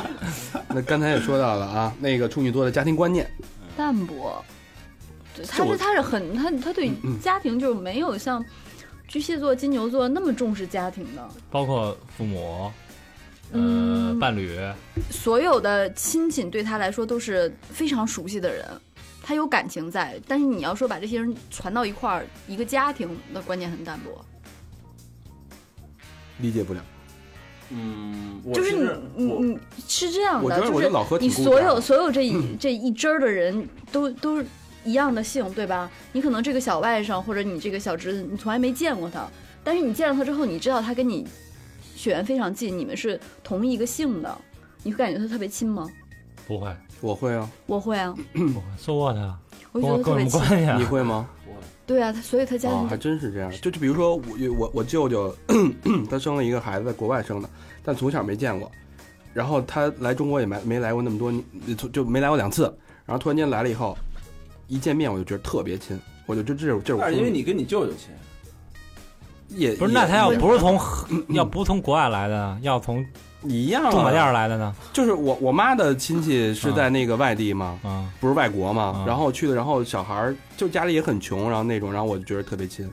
S3: 那刚才也说到了啊，那个处女座的家庭观念，
S6: 淡薄。对，他
S3: 这嗯我嗯
S6: 是他是很他他对家庭就没有像巨蟹座、金牛座那么重视家庭的。
S4: 包括父母，呃
S6: 嗯，
S4: 伴侣，
S6: 所有的亲戚对他来说都是非常熟悉的人，他有感情在，但是你要说把这些人传到一块儿，一个家庭的观念很淡薄，
S3: 理解不了。
S7: 嗯，我
S6: 就是
S7: 其实
S6: 你
S7: 我
S6: 你你是这样
S3: 我觉
S6: 的，
S3: 得
S6: 就
S3: 我觉得
S6: 是
S3: 老何
S6: 你
S3: 挺固
S6: 所
S3: 执
S6: 有
S3: 的，
S6: 所有这一、这一支儿的人都都是一样的姓，对吧？你可能这个小外甥或者你这个小侄子，你从来没见过他，但是你见了他之后，你知道他跟你血缘非常近，你们是同一个姓的，你会感觉他特别亲吗？
S4: 不会，
S3: 我会啊，
S6: 我会啊，
S4: 不会，so what 啊，
S6: 我
S4: 跟
S6: 就觉
S4: 我
S6: 得
S4: 跟
S6: 特
S4: 我有什么。关
S6: 别亲
S4: 系
S3: 你
S4: 啊？
S3: 会吗？
S6: 对啊，他所以他 家
S3: 哦
S6: 庭，
S3: 还真是这样。就就比如说我我我舅舅， 他生了一个孩子，在国外生的，但从小没见过。然后他来中国也没没来过那么多年，就就没来过两次。然后突然间来了以后，一见面我就觉得特别亲，我就这这是这是我
S7: 但
S4: 啊
S3: 兄
S7: 是
S3: 弟。
S7: 因为你跟你舅舅亲，
S3: 也
S4: 不是，
S3: 也
S4: 那他要
S3: 也
S4: 不是从要不是从国外来的呢，要从
S3: 一样啊
S4: 驻马店儿来的呢？
S3: 就是我我妈的亲戚是在那个外地嘛，
S4: 啊，
S3: 不是外国嘛
S4: 啊。
S3: 然后去的，然后小孩儿就家里也很穷，然后那种，然后我就觉得特别亲。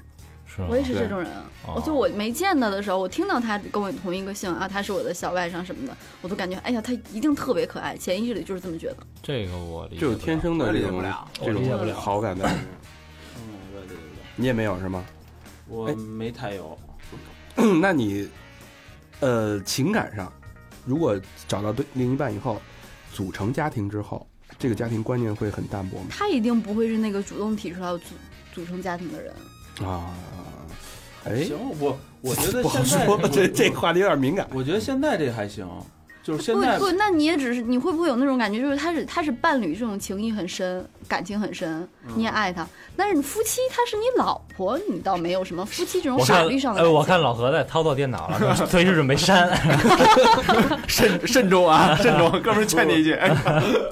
S4: 是吗
S6: 我也是
S3: 对
S6: 这种人啊。
S4: 哦
S6: 我就我没见他的时候，我听到他跟我同一个姓啊，他是我的小外甥什么的，我都感觉哎呀，他一定特别可爱，潜意识里就是这么觉得。
S4: 这个我理解
S3: 就
S4: 不
S3: 有
S4: 了，
S3: 天生的这种这
S4: 我理解不
S3: 种
S4: 了
S3: 好感在里面。
S7: 嗯，我也对对
S3: 你也没有是吗？哎嗯
S7: 对，我没太有。
S3: 那你，呃，情感上，如果找到对另一半以后，组成家庭之后，这个家庭观念会很淡薄吗？
S6: 他一定不会是那个主动提出来要组组成家庭的人。
S3: 啊，哎，
S7: 行，我我觉 得
S3: 不好
S7: 现在
S3: 说，这这
S7: 我
S3: 话题有点敏感。
S7: 我觉得现在这还行，就是现
S6: 不
S7: 在
S6: 不，那你也只是你会不会有那种感觉，就是他是他是伴侣这种情谊很深，感情很深，你也爱他，但是你夫妻他是你老婆，你倒没有什么夫妻这种
S4: 我
S6: 法
S4: 看
S6: 律上，的
S4: 哎，
S6: 感
S4: 我
S6: 情。
S4: 看老何在操作电脑了， 随时准备删。
S5: 慎慎重啊，慎重，哥们儿劝你一句，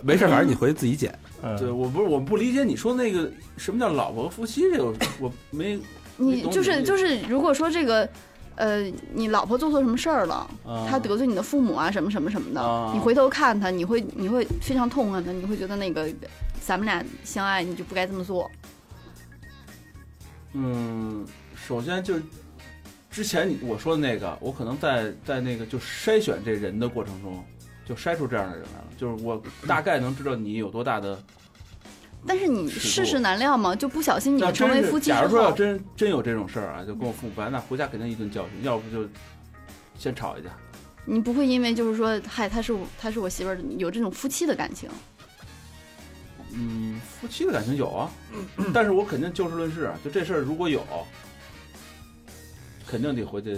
S3: 没事，反正你回去自己剪。
S7: 对，
S4: 嗯，
S7: 我不是我不理解你说那个什么叫老婆和夫妻这个，我没
S6: 你
S7: 懂
S6: 就
S7: 你
S6: 是
S7: 的
S6: 就是，如果说这个，呃，你老婆做错什么事儿了，
S7: 啊
S6: 她得罪你的父母啊，什么什么什么的，
S7: 啊
S6: 你回头看她，你会你会非常痛恨她，你会觉得那个咱们俩相爱，你就不该这么做。
S7: 嗯，首先就是之前你我说的那个，我可能在在那个就筛选这人的过程中，就筛出这样的人来了。就是我大概能知道你有多大的
S6: 但是你
S7: 是
S6: 世事难料嘛，就不小心你
S7: 那
S6: 们成
S7: 真
S6: 为
S7: 是
S6: 夫妻
S7: 假
S6: 之
S7: 如说要
S6: 后，
S7: 真真有这种事儿啊，就跟我父母掰，那回家给他一顿教训，要不就先吵一架。
S6: 你不会因为就是说，嗨，她是我她是我媳妇儿，有这种夫妻的感情。
S7: 嗯，夫妻的感情有啊，
S6: 嗯
S7: 但是我肯定就事论事啊，就这事儿如果有，肯定得回去。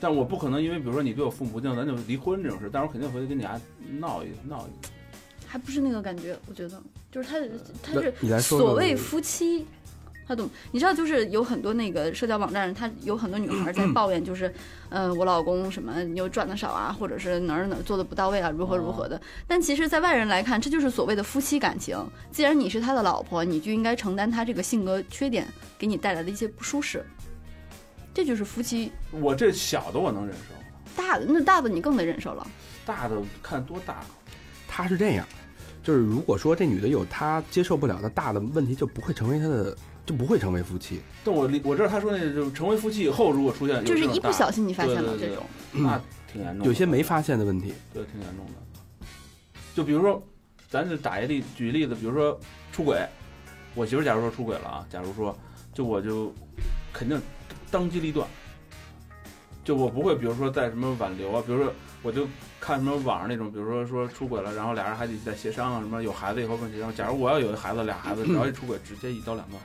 S7: 但我不可能因为比如说你对我父母不敬，咱就离婚这种事，但是我肯定回去跟你家闹一闹一。
S6: 还不是那个感觉，我觉得就是他，他
S3: 那
S6: 是
S3: 你来说
S6: 所
S3: 说
S6: 谓
S3: 你
S6: 夫妻，他懂？你知道，就是有很多那个社交网站，他有很多女孩在抱怨，就是，呃，我老公什么又赚的少啊，或者是哪儿哪儿做的不到位啊，如何如何
S7: 哦
S6: 的。但其实，在外人来看，这就是所谓的夫妻感情。既然你是他的老婆，你就应该承担他这个性格缺点给你带来的一些不舒适。这就是夫妻
S7: 我这小的我能忍受，啊
S6: 大的，那大的你更得忍受了。
S7: 大的看多大。
S3: 他是这样，就是如果说这女的有她接受不了的大的问题，就不会成为她的，就不会成为夫妻。
S7: 但我理我知道他说那就是成为夫妻以后，如果出现有
S6: 就是
S7: 这种
S6: 一
S7: 大
S6: 不小心你发现了
S7: 对对
S6: 这
S7: 对
S6: 种，
S7: 那挺严重的，
S3: 有些没发现的问题，
S7: 对，挺严重的。就比如说，咱就打一例举例子，比如说出轨，我媳妇儿假如说出轨了啊，假如说，就我就肯定当机立断，就我不会，比如说在什么挽留啊，比如说我就看什么网上那种，比如说说出轨了，然后俩人还得再协商啊，什么有孩子以后更协商。假如我要有一孩子，俩孩子只要一出轨，直接一刀两断。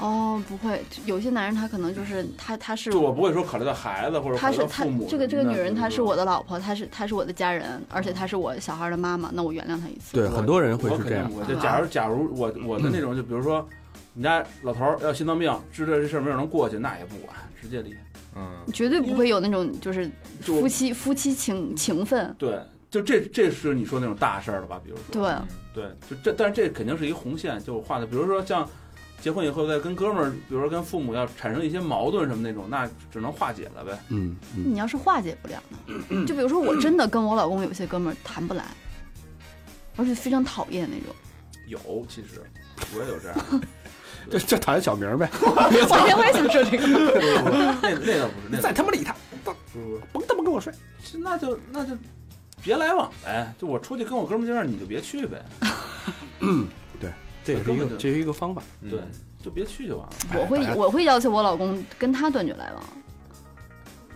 S6: 哦，不会，有些男人他可能就是他他是
S7: 就我不会说考虑到孩子或者考
S6: 她
S7: 虑
S6: 是
S7: 到
S6: 她
S7: 父母
S6: 这个这个
S7: 那
S6: 女人，
S7: 就
S6: 她是我的老婆，她是她是我的家人，而且她是我小孩的妈妈，那我原谅她一次。
S3: 对，
S7: 我
S3: 很多人会
S7: 我
S3: 是
S7: 肯
S3: 这
S7: 定
S3: 样。
S7: 不会就假如假如我我的那种，就比如说，你家老头儿要心脏病，知道这事儿没有能过去，那也不管，直接离。
S5: 嗯，
S6: 绝对不会有那种就是
S7: 就
S6: 夫妻夫妻情情分。
S7: 对，就这这是你说那种大事儿了吧？比如说，
S6: 对，
S7: 对，就这，但是这肯定是一个红线，就画的。比如说像结婚以后再跟哥们儿，比如说跟父母要产生一些矛盾什么那种，那只能化解了呗。
S3: 嗯嗯，
S6: 你要是化解不了呢，就比如说我真的跟我老公有些哥们儿谈不来，而且非常讨厌那 种。
S7: 有，其实我也有这样，
S3: 这这讨厌小名儿呗，
S6: 我也我也想说这个，
S7: 不不不那那倒不是，那倒
S3: 再他妈理他，
S7: 不是不是
S3: 甭他妈跟我睡。
S7: 是那就那就别来往呗。就我出去跟我哥们儿见面，你就别去呗。
S3: 这也是一
S7: 根
S3: 个
S7: 本就，
S3: 这是一个方 法。
S7: 对，就别去就完了。
S6: 我会我会要求我老公跟他断绝来往。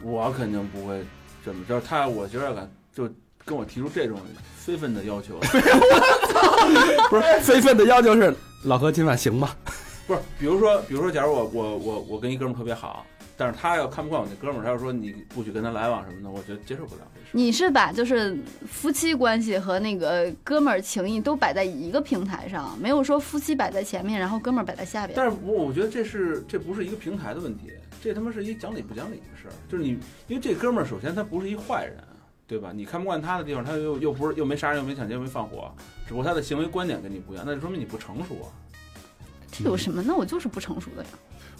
S7: 我肯定不会这么着，他我觉得敢就跟我提出这种非分的要求，
S3: 不是 非分的要求是老何今晚行吗？
S7: 不是，比如说，比如说，假如我我我我跟一哥们儿特别好，但是他要看不惯我那哥们儿，他要说你不许跟他来往什么的，我觉得接受不了这事。
S6: 你是把就是夫妻关系和那个哥们儿情谊都摆在一个平台上，没有说夫妻摆在前面，然后哥们儿摆在下边。
S7: 但是我我觉得这是这不是一个平台的问题，这他妈是一讲理不讲理的事儿。就是你，因为这哥们儿首先他不是一坏人，对吧？你看不惯他的地方，他又又不是又没杀人，又没抢劫，又没放火，只不过他的行为观点跟你不一样，那就说明你不成熟啊。
S6: 这有什么？那我就是不成熟的呀。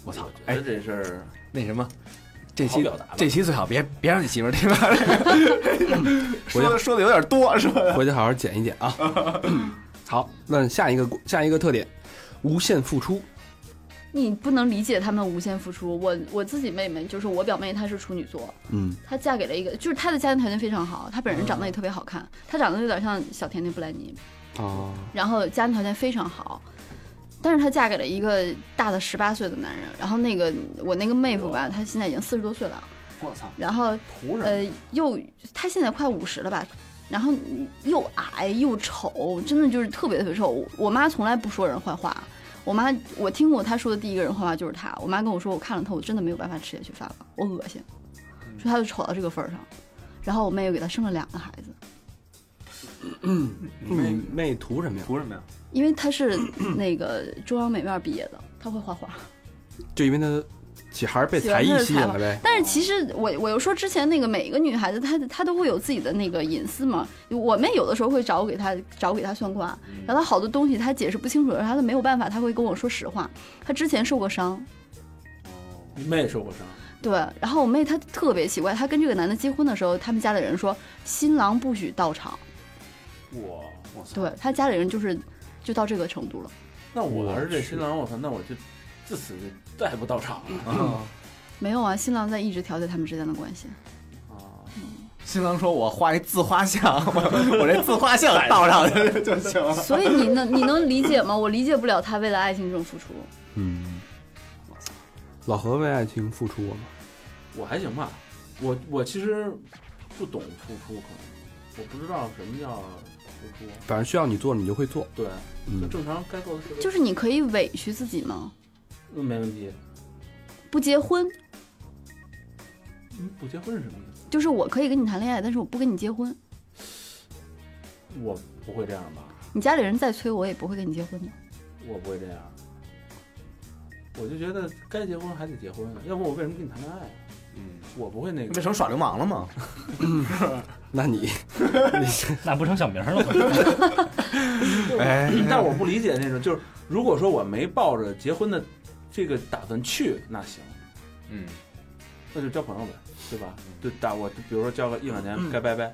S5: 我操，
S7: 觉
S5: 哎
S7: 得，这事儿
S5: 那什么，这
S7: 好
S5: 期
S7: 表达吧
S5: 这期最好别别让你媳妇儿听到， 说的说的有点多，是吧？
S3: 回去好好剪一剪 啊。好，那下一个下一个特点，无限付出。
S6: 你不能理解他们无限付出。我我自己妹妹就是我表妹，她是处女座，
S3: 嗯，
S6: 她嫁给了一个，就是她的家庭条件非常好，她本人长得也特别好看，她长得有点像小甜甜布兰妮，
S3: 哦，
S6: 然后家庭条件非常好，但是她嫁给了一个大的十八岁的男人。然后那个我那个妹夫吧，他现在已经四十多岁了，
S5: 我操，
S6: 然后
S7: 图什么？
S6: 呃，又他现在快五十了吧，然后又矮又丑，真的就是特别特别丑。我妈从来不说人坏话，我妈我听过她说的第一个人坏话就是他。我妈跟我说，我看了他，我真的没有办法吃下去饭了，我恶
S5: 嗯
S6: 心，说他就丑到这个份儿上。然后我妹又给他生了两个孩子，
S3: 你妹图什么呀？
S5: 图什么呀？
S6: 因为她是那个中央美院毕业的，她会画画。
S3: 就因为她喜还是被才艺吸引了呗。
S6: 但是其实我我又说之前那个每一个女孩子她她都会有自己的那个隐私嘛，我妹有的时候会找我给她找我给她算卦，
S7: 嗯
S6: 然后她好多东西她解释不清楚，然后她没有办法，她会跟我说实话。她之前受过伤，
S7: 你妹受过伤，
S6: 对，然后我妹她特别奇怪，她跟这个男的结婚的时候，他们家里人说新郎不许到场，
S7: 我我操！
S6: 对她家里人就是就到这个程度了。
S7: 那我
S3: 我
S7: 要是这
S3: 去
S7: 新郎，我操，那我就自此就再也不到场了
S6: 没有啊，新郎在一直调节他们之间的关系。
S7: 啊！
S5: 新郎说我画一自画像，我我这自画像倒上 去就行了。
S6: 所以你能你能理解吗？我理解不了他为了爱情这种付出。
S3: 嗯，老何为爱情付出过吗？
S7: 我还行吧，我我其实不懂付出，可能我不知道什么叫付出。
S3: 反正需要你做，你就会做。
S7: 对，就
S3: 嗯，
S7: 正常该做的事都
S6: 就是你可以委屈自己吗？
S7: 嗯没问题。
S6: 不结婚，
S7: 嗯，不结婚是什么意思？
S6: 就是我可以跟你谈恋爱，但是我不跟你结婚。
S7: 我不会这样吧？
S6: 你家里人再催我，也不会跟你结婚的。
S7: 我不会这样。我就觉得该结婚还得结婚，要不我为什么跟你谈恋爱啊？
S5: 嗯，
S7: 我不会那个。
S5: 那成耍流氓了吗？
S3: 那你
S4: 那不成小名了吗？
S5: 哎
S7: 但我不理解那种，就是如果说我没抱着结婚的这个打算去，那行，
S5: 嗯，
S7: 那就交朋友呗，对吧？就打我，比如说交个一两年，该拜拜。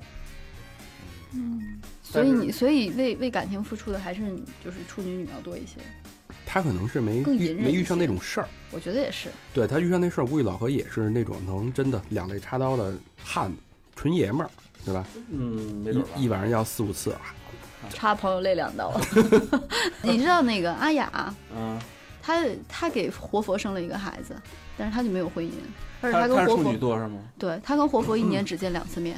S6: 嗯，所
S7: 但
S6: 以
S7: 是
S6: 你所以为为感情付出的还是你就是处女女要多一些，
S3: 他可能是没
S6: 更
S3: 遇
S6: 隐忍
S3: 没
S6: 一
S3: 遇
S6: 些
S3: 上那种事儿，
S6: 我觉得也是。
S3: 对他遇上那事儿，估计老何也是那种能真的两肋插刀的汉子，纯爷们儿，对吧？
S7: 嗯，没准吧
S3: 一。一晚上要四五次啊，
S6: 插朋友肋两刀。 你知道那个阿雅，
S7: 嗯，
S6: 她她给活佛生了一个孩子，但是她就没有婚姻，而且
S7: 他
S6: 她
S7: 他
S6: 跟
S7: 是
S6: 活
S7: 处女嗯
S6: 佛，
S7: 座是吗？
S6: 对她跟活佛一年只见两次面，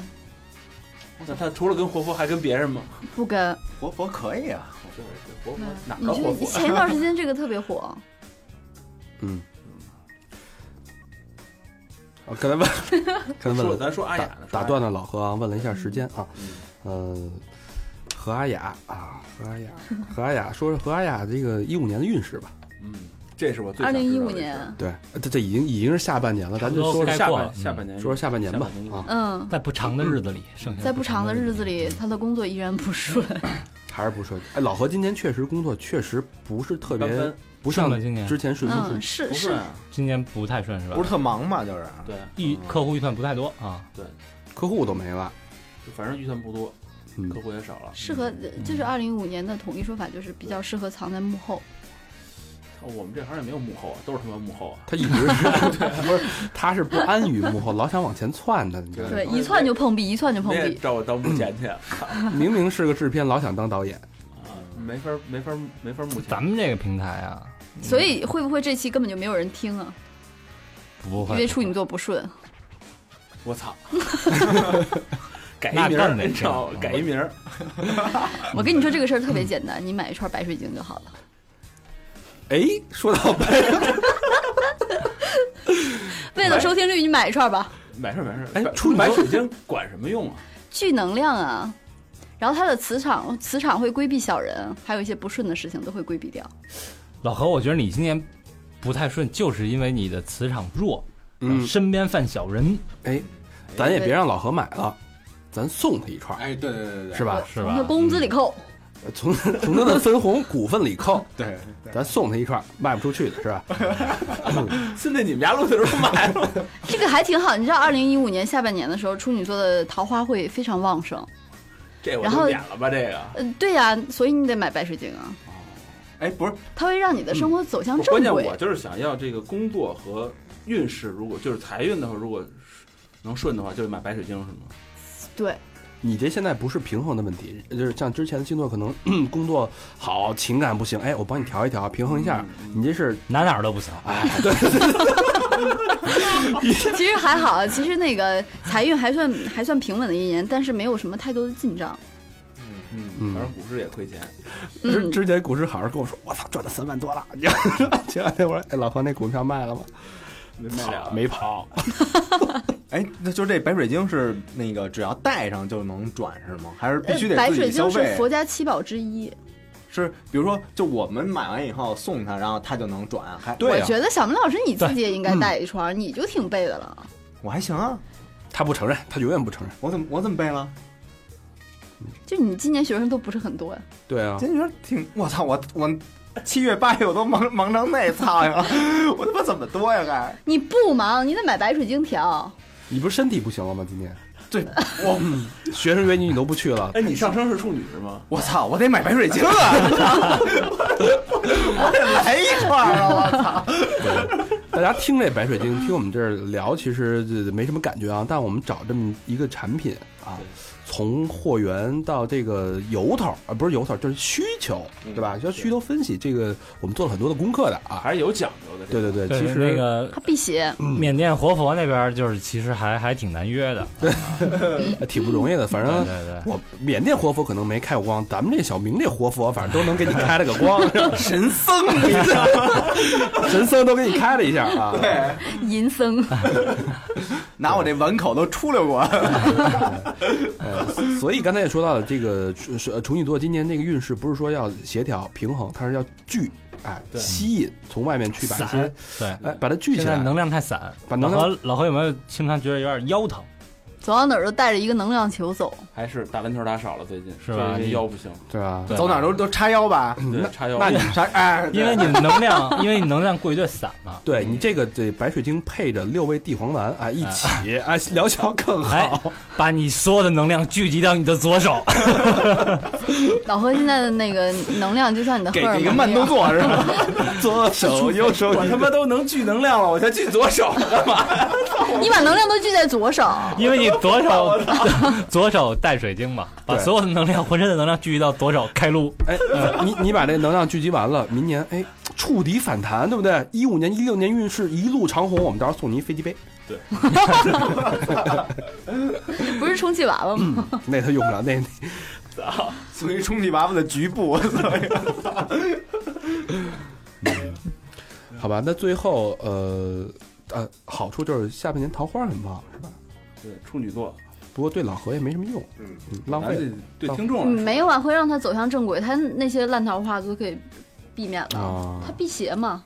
S7: 那他除了跟活佛还跟别人吗？
S6: 不跟。嗯
S5: 活佛可以啊，
S7: 对对，活佛嗯哪
S6: 你
S7: 个
S6: 觉
S7: 活
S6: 得
S7: 佛？
S6: 前一段时间这个特别火，
S3: 嗯。啊，刚才问，刚才问
S7: 说
S3: 了，
S7: 咱说阿雅呢？
S3: 打打断了老何啊，问了一下时间啊，
S7: 嗯
S3: 嗯，何阿雅啊，何阿雅，何阿雅，说说何阿雅这个一五年的运势吧。
S7: 嗯，这是我最
S6: 二
S7: 想知
S6: 零
S7: 道的
S6: 一
S7: 事
S6: 五年，
S3: 对，呃这这已经已经是下半年了，咱就说
S4: 差
S3: 说
S4: 不
S7: 下
S4: 过了
S7: 半下半年
S3: 说说下半年吧啊，
S6: 嗯，
S4: 在不长的日子里，剩下
S6: 在不长的日子里，
S4: 嗯
S6: 她的工作依然不 顺，
S3: 还是不顺。哎，老何今年确实工作确实不是特
S7: 一般
S3: 别
S7: 般，
S3: 不
S4: 顺
S3: 像
S4: 吧今年
S3: 之前顺风顺
S6: 嗯，
S3: 水，
S6: 是
S7: 不顺
S6: 是，
S7: 啊，
S4: 今年不太顺是吧？嗯
S5: 不是特忙嘛，就是
S7: 对，
S4: 预客户预算不太多啊，
S3: 客户都没了。
S7: 就反正预算不多，
S3: 嗯
S7: 客户也少了。
S6: 适合就是二零一五年的统一说法就是比较适合藏在幕后，
S7: 操我们这行也没有幕后啊，都是他妈幕后啊。
S3: 他一直 是不是，他是不安于幕后，老想往前窜的。你知道
S6: 对，
S3: 吗？
S6: 一窜就碰壁，一窜就碰
S7: 你也
S6: 壁，
S7: 找我当幕前去啊，
S3: 明明是个制片，老想当导演。
S7: 没法没法没法幕前。
S4: 咱们这个平台啊，
S6: 所以会不会这期根本就没有人听啊？
S4: 不
S6: 因
S4: 会
S6: 为处女座不顺，
S7: 我操， 改
S4: 那
S7: 一名
S4: 更
S7: 儿，
S4: 得
S7: 你知道
S4: 这
S7: 吗
S4: 样
S7: 改一名儿，
S6: 我跟你说这个事儿特别简单，你买一串白水晶就好 了。
S3: 哎，说到白，
S6: 为了收听率，你买一串吧，
S7: 没事儿没事儿。
S3: 哎
S7: 白
S3: 处女
S7: 白
S3: 座
S7: 水晶管什么用啊？
S6: 聚能量啊。然后它的磁场，磁场会规避小人，还有一些不顺的事情都会规避掉。
S4: 老何，我觉得你今年不太顺，就是因为你的磁场弱，
S3: 嗯，
S4: 身边犯小人，
S3: 哎，咱也别让老何买了，咱送他一串儿，
S5: 哎，对对对对
S3: 是
S7: 啊
S3: 吧？
S4: 是
S6: 从他
S4: 吧？
S3: 嗯
S6: 工资里扣，
S3: 从从他的分红股份里扣，
S5: 对
S3: 咱送他一串儿，卖不出去的是吧？
S5: 现在你们家录的时候买了，
S6: 这个还挺好。你知道，二零一五年下半年的时候，处女座的桃花会非常旺盛。
S7: 这我
S6: 然后
S7: 就点了吧，这个。
S6: 嗯、对呀、所以你得买白水晶啊，
S5: 哎，不是，
S6: 它会让你的生活走向
S7: 不
S6: 正
S7: 关键
S6: 轨。
S7: 我就是想要这个工作和运势，如果就是财运的话，如果能顺的话，就是买白水晶是吗？
S6: 对，
S3: 你这现在不是平衡的问题，就是像之前的星座可能 工作好，情感不行，哎，我帮你调一调，平衡一
S5: 嗯
S3: 下。你这是
S4: 哪哪儿都不行，
S6: 其实还好，啊 其实那个财运还算还算平稳的一年，但是没有什么太多的进账。
S7: 嗯
S3: 嗯
S7: 反正股市也亏钱，
S3: 之
S6: 嗯，
S3: 之前股市好好跟我说，我操，赚了三万多了。 你知道吗前两天我说，哎，老黄那股票卖了吗？
S7: 没卖了。
S3: 没跑，
S5: 哎，那就这白水晶是那个只要戴上就能转是吗？还是必须
S6: 呃
S5: 得
S6: 白
S5: 自己
S6: 水
S5: 消
S6: 晶是
S5: 费？
S6: 佛家七宝之一。
S5: 是比如说，就我们买完以后送他，然后他就能转，还
S3: 对
S6: 我
S3: 呀、
S6: 觉得小明老师你自己也应该带一串，
S7: 嗯
S6: 你就挺背的了。
S5: 我还行啊，
S3: 他不承认，他永远不承认。
S5: 我怎么我怎么背了？
S6: 就你今年学生都不是很多呀，
S3: 对啊，
S5: 今天挺，我操，我我七月八月我都忙忙成那操呀， 我他妈怎么多呀？该
S6: 你不忙，你得买白水晶条。
S3: 你不是身体不行了吗？今天
S5: 对我
S3: 学生原你你都不去了，
S7: 哎，你上升是处女是吗？
S5: 我操，我得买白水 晶啊！我得来一串啊！我操，
S3: 大家听这白水晶，听我们这儿聊，其实这没什么感觉啊。但我们找这么一个产品啊，从货源到这个由头啊，不是由头，就是需求，
S7: 嗯
S3: 对吧？要需求分析，这个我们做了很多的功课的啊。
S7: 还是有讲究的。
S3: 对对对，
S4: 对
S3: 其实
S4: 那个
S6: 它辟 邪，
S4: 缅甸活佛那边，就是其实还还挺难约的。
S3: 呃挺不容易的，反
S4: 对
S3: 正。
S4: 对对，
S3: 我缅甸活佛可能没开过光，咱们这小明这活佛，反正都能给你开了个 光，神僧，你知道吗神僧都给你开了一下啊。
S5: 对，
S6: 银僧，
S5: 拿我这碗口都出溜过。
S3: 所以刚才也说到了，这个呃处处处女座今年这个运势不是说要协调平衡，它是要聚，哎，吸引从外面去把一些，
S4: 对
S3: 哎，把它聚起
S4: 现在
S3: 来。
S4: 能量太散。
S3: 把
S4: 老
S3: 能量
S4: 何老何有没有经常觉得有点腰疼？
S6: 走到哪儿都带着一个能量球走。
S7: 还是打篮球打少了，最近
S4: 是吧
S7: 最近
S4: 你
S7: 腰不行，
S3: 对吧？
S4: 对
S5: 走哪儿都都叉腰吧，
S7: 对，叉腰。
S5: 那你叉哎，
S4: 因为你能量，因为你能量过于的散 了。
S3: 对你这个这白水晶配着六味地黄丸啊，一 起啊疗效更
S4: 哎
S3: 好。，
S4: 把你所有的能量聚集到你的 左手，
S6: 老何现在的那个能量就像你的荷
S5: 给
S6: 尔蒙
S5: 给
S6: 一
S5: 个
S6: 样，
S5: 慢动作是吧？
S3: 左手右手，
S7: 我他妈都能聚能量了，我先聚左手干嘛？
S6: 你把能量都聚在左手，
S4: 因为你左手 左手带水晶嘛，把所有的能量，浑身的能量聚集到左手开路。
S3: 哎，你你把这能量聚集完了，明年哎触底反弹，对不对？一五年、一六年运势一路长虹，我们到时候送你一飞机杯，
S6: 不是充气娃娃吗？
S3: 那他用不了，那
S5: 属于充气娃娃的局部，
S3: 那好吧。那最后呃呃，好处就是下半年桃花很旺，是吧？
S7: 对，处女座，
S3: 不过对老何也没什么用，
S5: 嗯
S3: 浪
S7: 咱
S3: 费
S7: 这对听众来说
S6: 没有啊，会让他走向正轨，他那些烂桃花都可以避免
S5: 哦
S6: 了。
S3: 啊
S6: 他。辟邪嘛，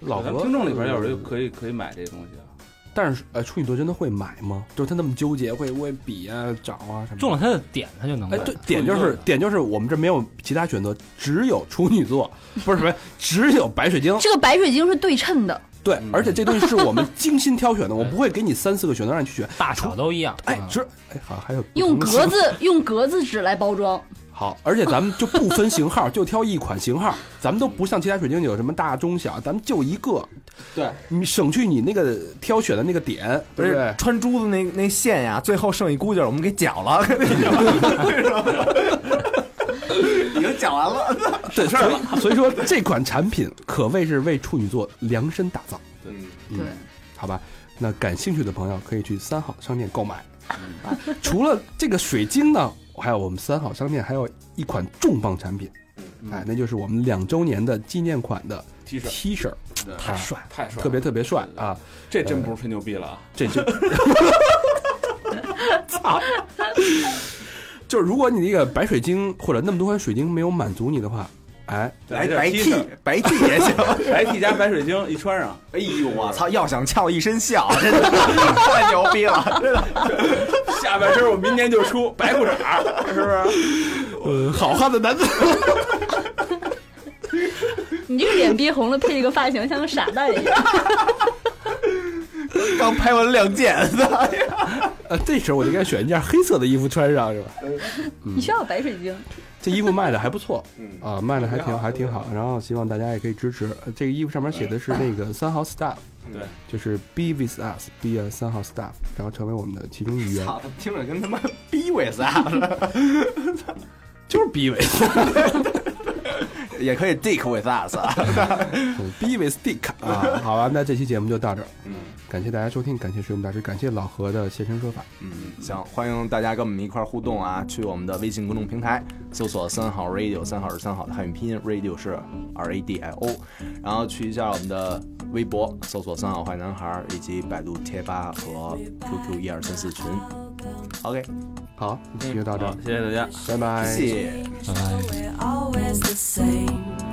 S3: 老
S7: 咱
S3: 何
S7: 们听众里边有人可以可以买这东西啊，
S3: 但是呃，处女座真的会买吗？就是他那么纠结，会会比啊、找啊什么的。
S4: 中了他的点，他就能
S3: 哎，
S4: 买
S3: 对，点就
S7: 处女
S3: 是
S7: 座
S3: 点就是我们这没有其他选择，只有处女座， 不是什么，只有白水晶。
S6: 这个白水晶是对称的，
S3: 对，而且这东西是我们精心挑选的，我不会给你三四个选择让你去选。
S4: 大小都一样。
S3: 哎，
S7: 啊
S3: 只哎好还有不
S6: 用
S3: 同型
S6: 格子用格子纸来包装，
S3: 好，而且咱们就不分型号，就挑一款型号，咱们都不像其他水晶有什么大中小，咱们就一个，
S5: 对
S3: 你省去你那个挑选的那个点，
S5: 不
S3: 对
S5: 是
S3: 对？
S5: 穿珠子那那线呀，最后剩一箍劲儿，我们给绞了， 已经绞完了。
S3: 对，所以所以说这款产品可谓是为处女座量身打造。嗯
S6: 对，
S3: 好吧，那感兴趣的朋友可以去三好商店购买。啊除了这个水晶呢，还有我们三好商店还有一款重磅产品，哎，那就是我们两周年的纪念款的
S7: T 恤
S3: T 恤，
S7: 太帅太帅，
S3: 特别特别帅啊！
S7: 这真不是吹牛逼了啊！
S3: 这就，操，就是如果你那个白水晶或者那么多款水晶没有满足你的话，哎，
S5: 白
S7: 这
S5: 白
S7: T
S5: T 白 T 也行。
S7: 白 T 加白水晶一穿上，
S5: 哎呦我操！要想翘一身笑，真的太牛逼了！ 真的
S7: 下半身我明年就出白裤衩，是不是？
S3: 呃，好汉的男子，
S6: 你这个脸憋红了，配一个发型像个傻蛋一样。
S5: 刚拍完《亮剑》的，
S3: 呃，这时候我就应该选一件黑色的衣服穿上，是 吧？
S5: 嗯
S6: 你需要白水晶，
S3: 这衣服卖的还不错，啊，卖的还挺还挺好。然后希望大家也可以支持。呃这个衣服上面写的是那个三好 staff，
S7: 对，
S3: 就是 be with us，be a 三好 staff，然后成为我们的其中一员，
S5: 操，听着跟他妈逼伪撒似的，
S3: 就是 be with，
S5: 也可以 dick with us 啊。
S3: 嗯 be with dick 啊。好吧，那这期节目就到这儿，
S5: 嗯
S3: 感谢大家收听，感谢水母大师，感谢老何的现身说法。
S5: 嗯，行，欢迎大家跟我们一块儿互动啊！去我们的微信公众平台搜索“三好 radio”，三好是三好的汉语拼音，radio 是 R A D I O，然后去一下我们的微博搜索“三好坏男孩儿”以及百度贴吧和 E QQ 一二三四群。OK，
S3: 好，这期就到这儿嗯
S7: 好，，谢谢大家。
S3: 拜拜。
S5: 谢谢。
S8: We're always the same.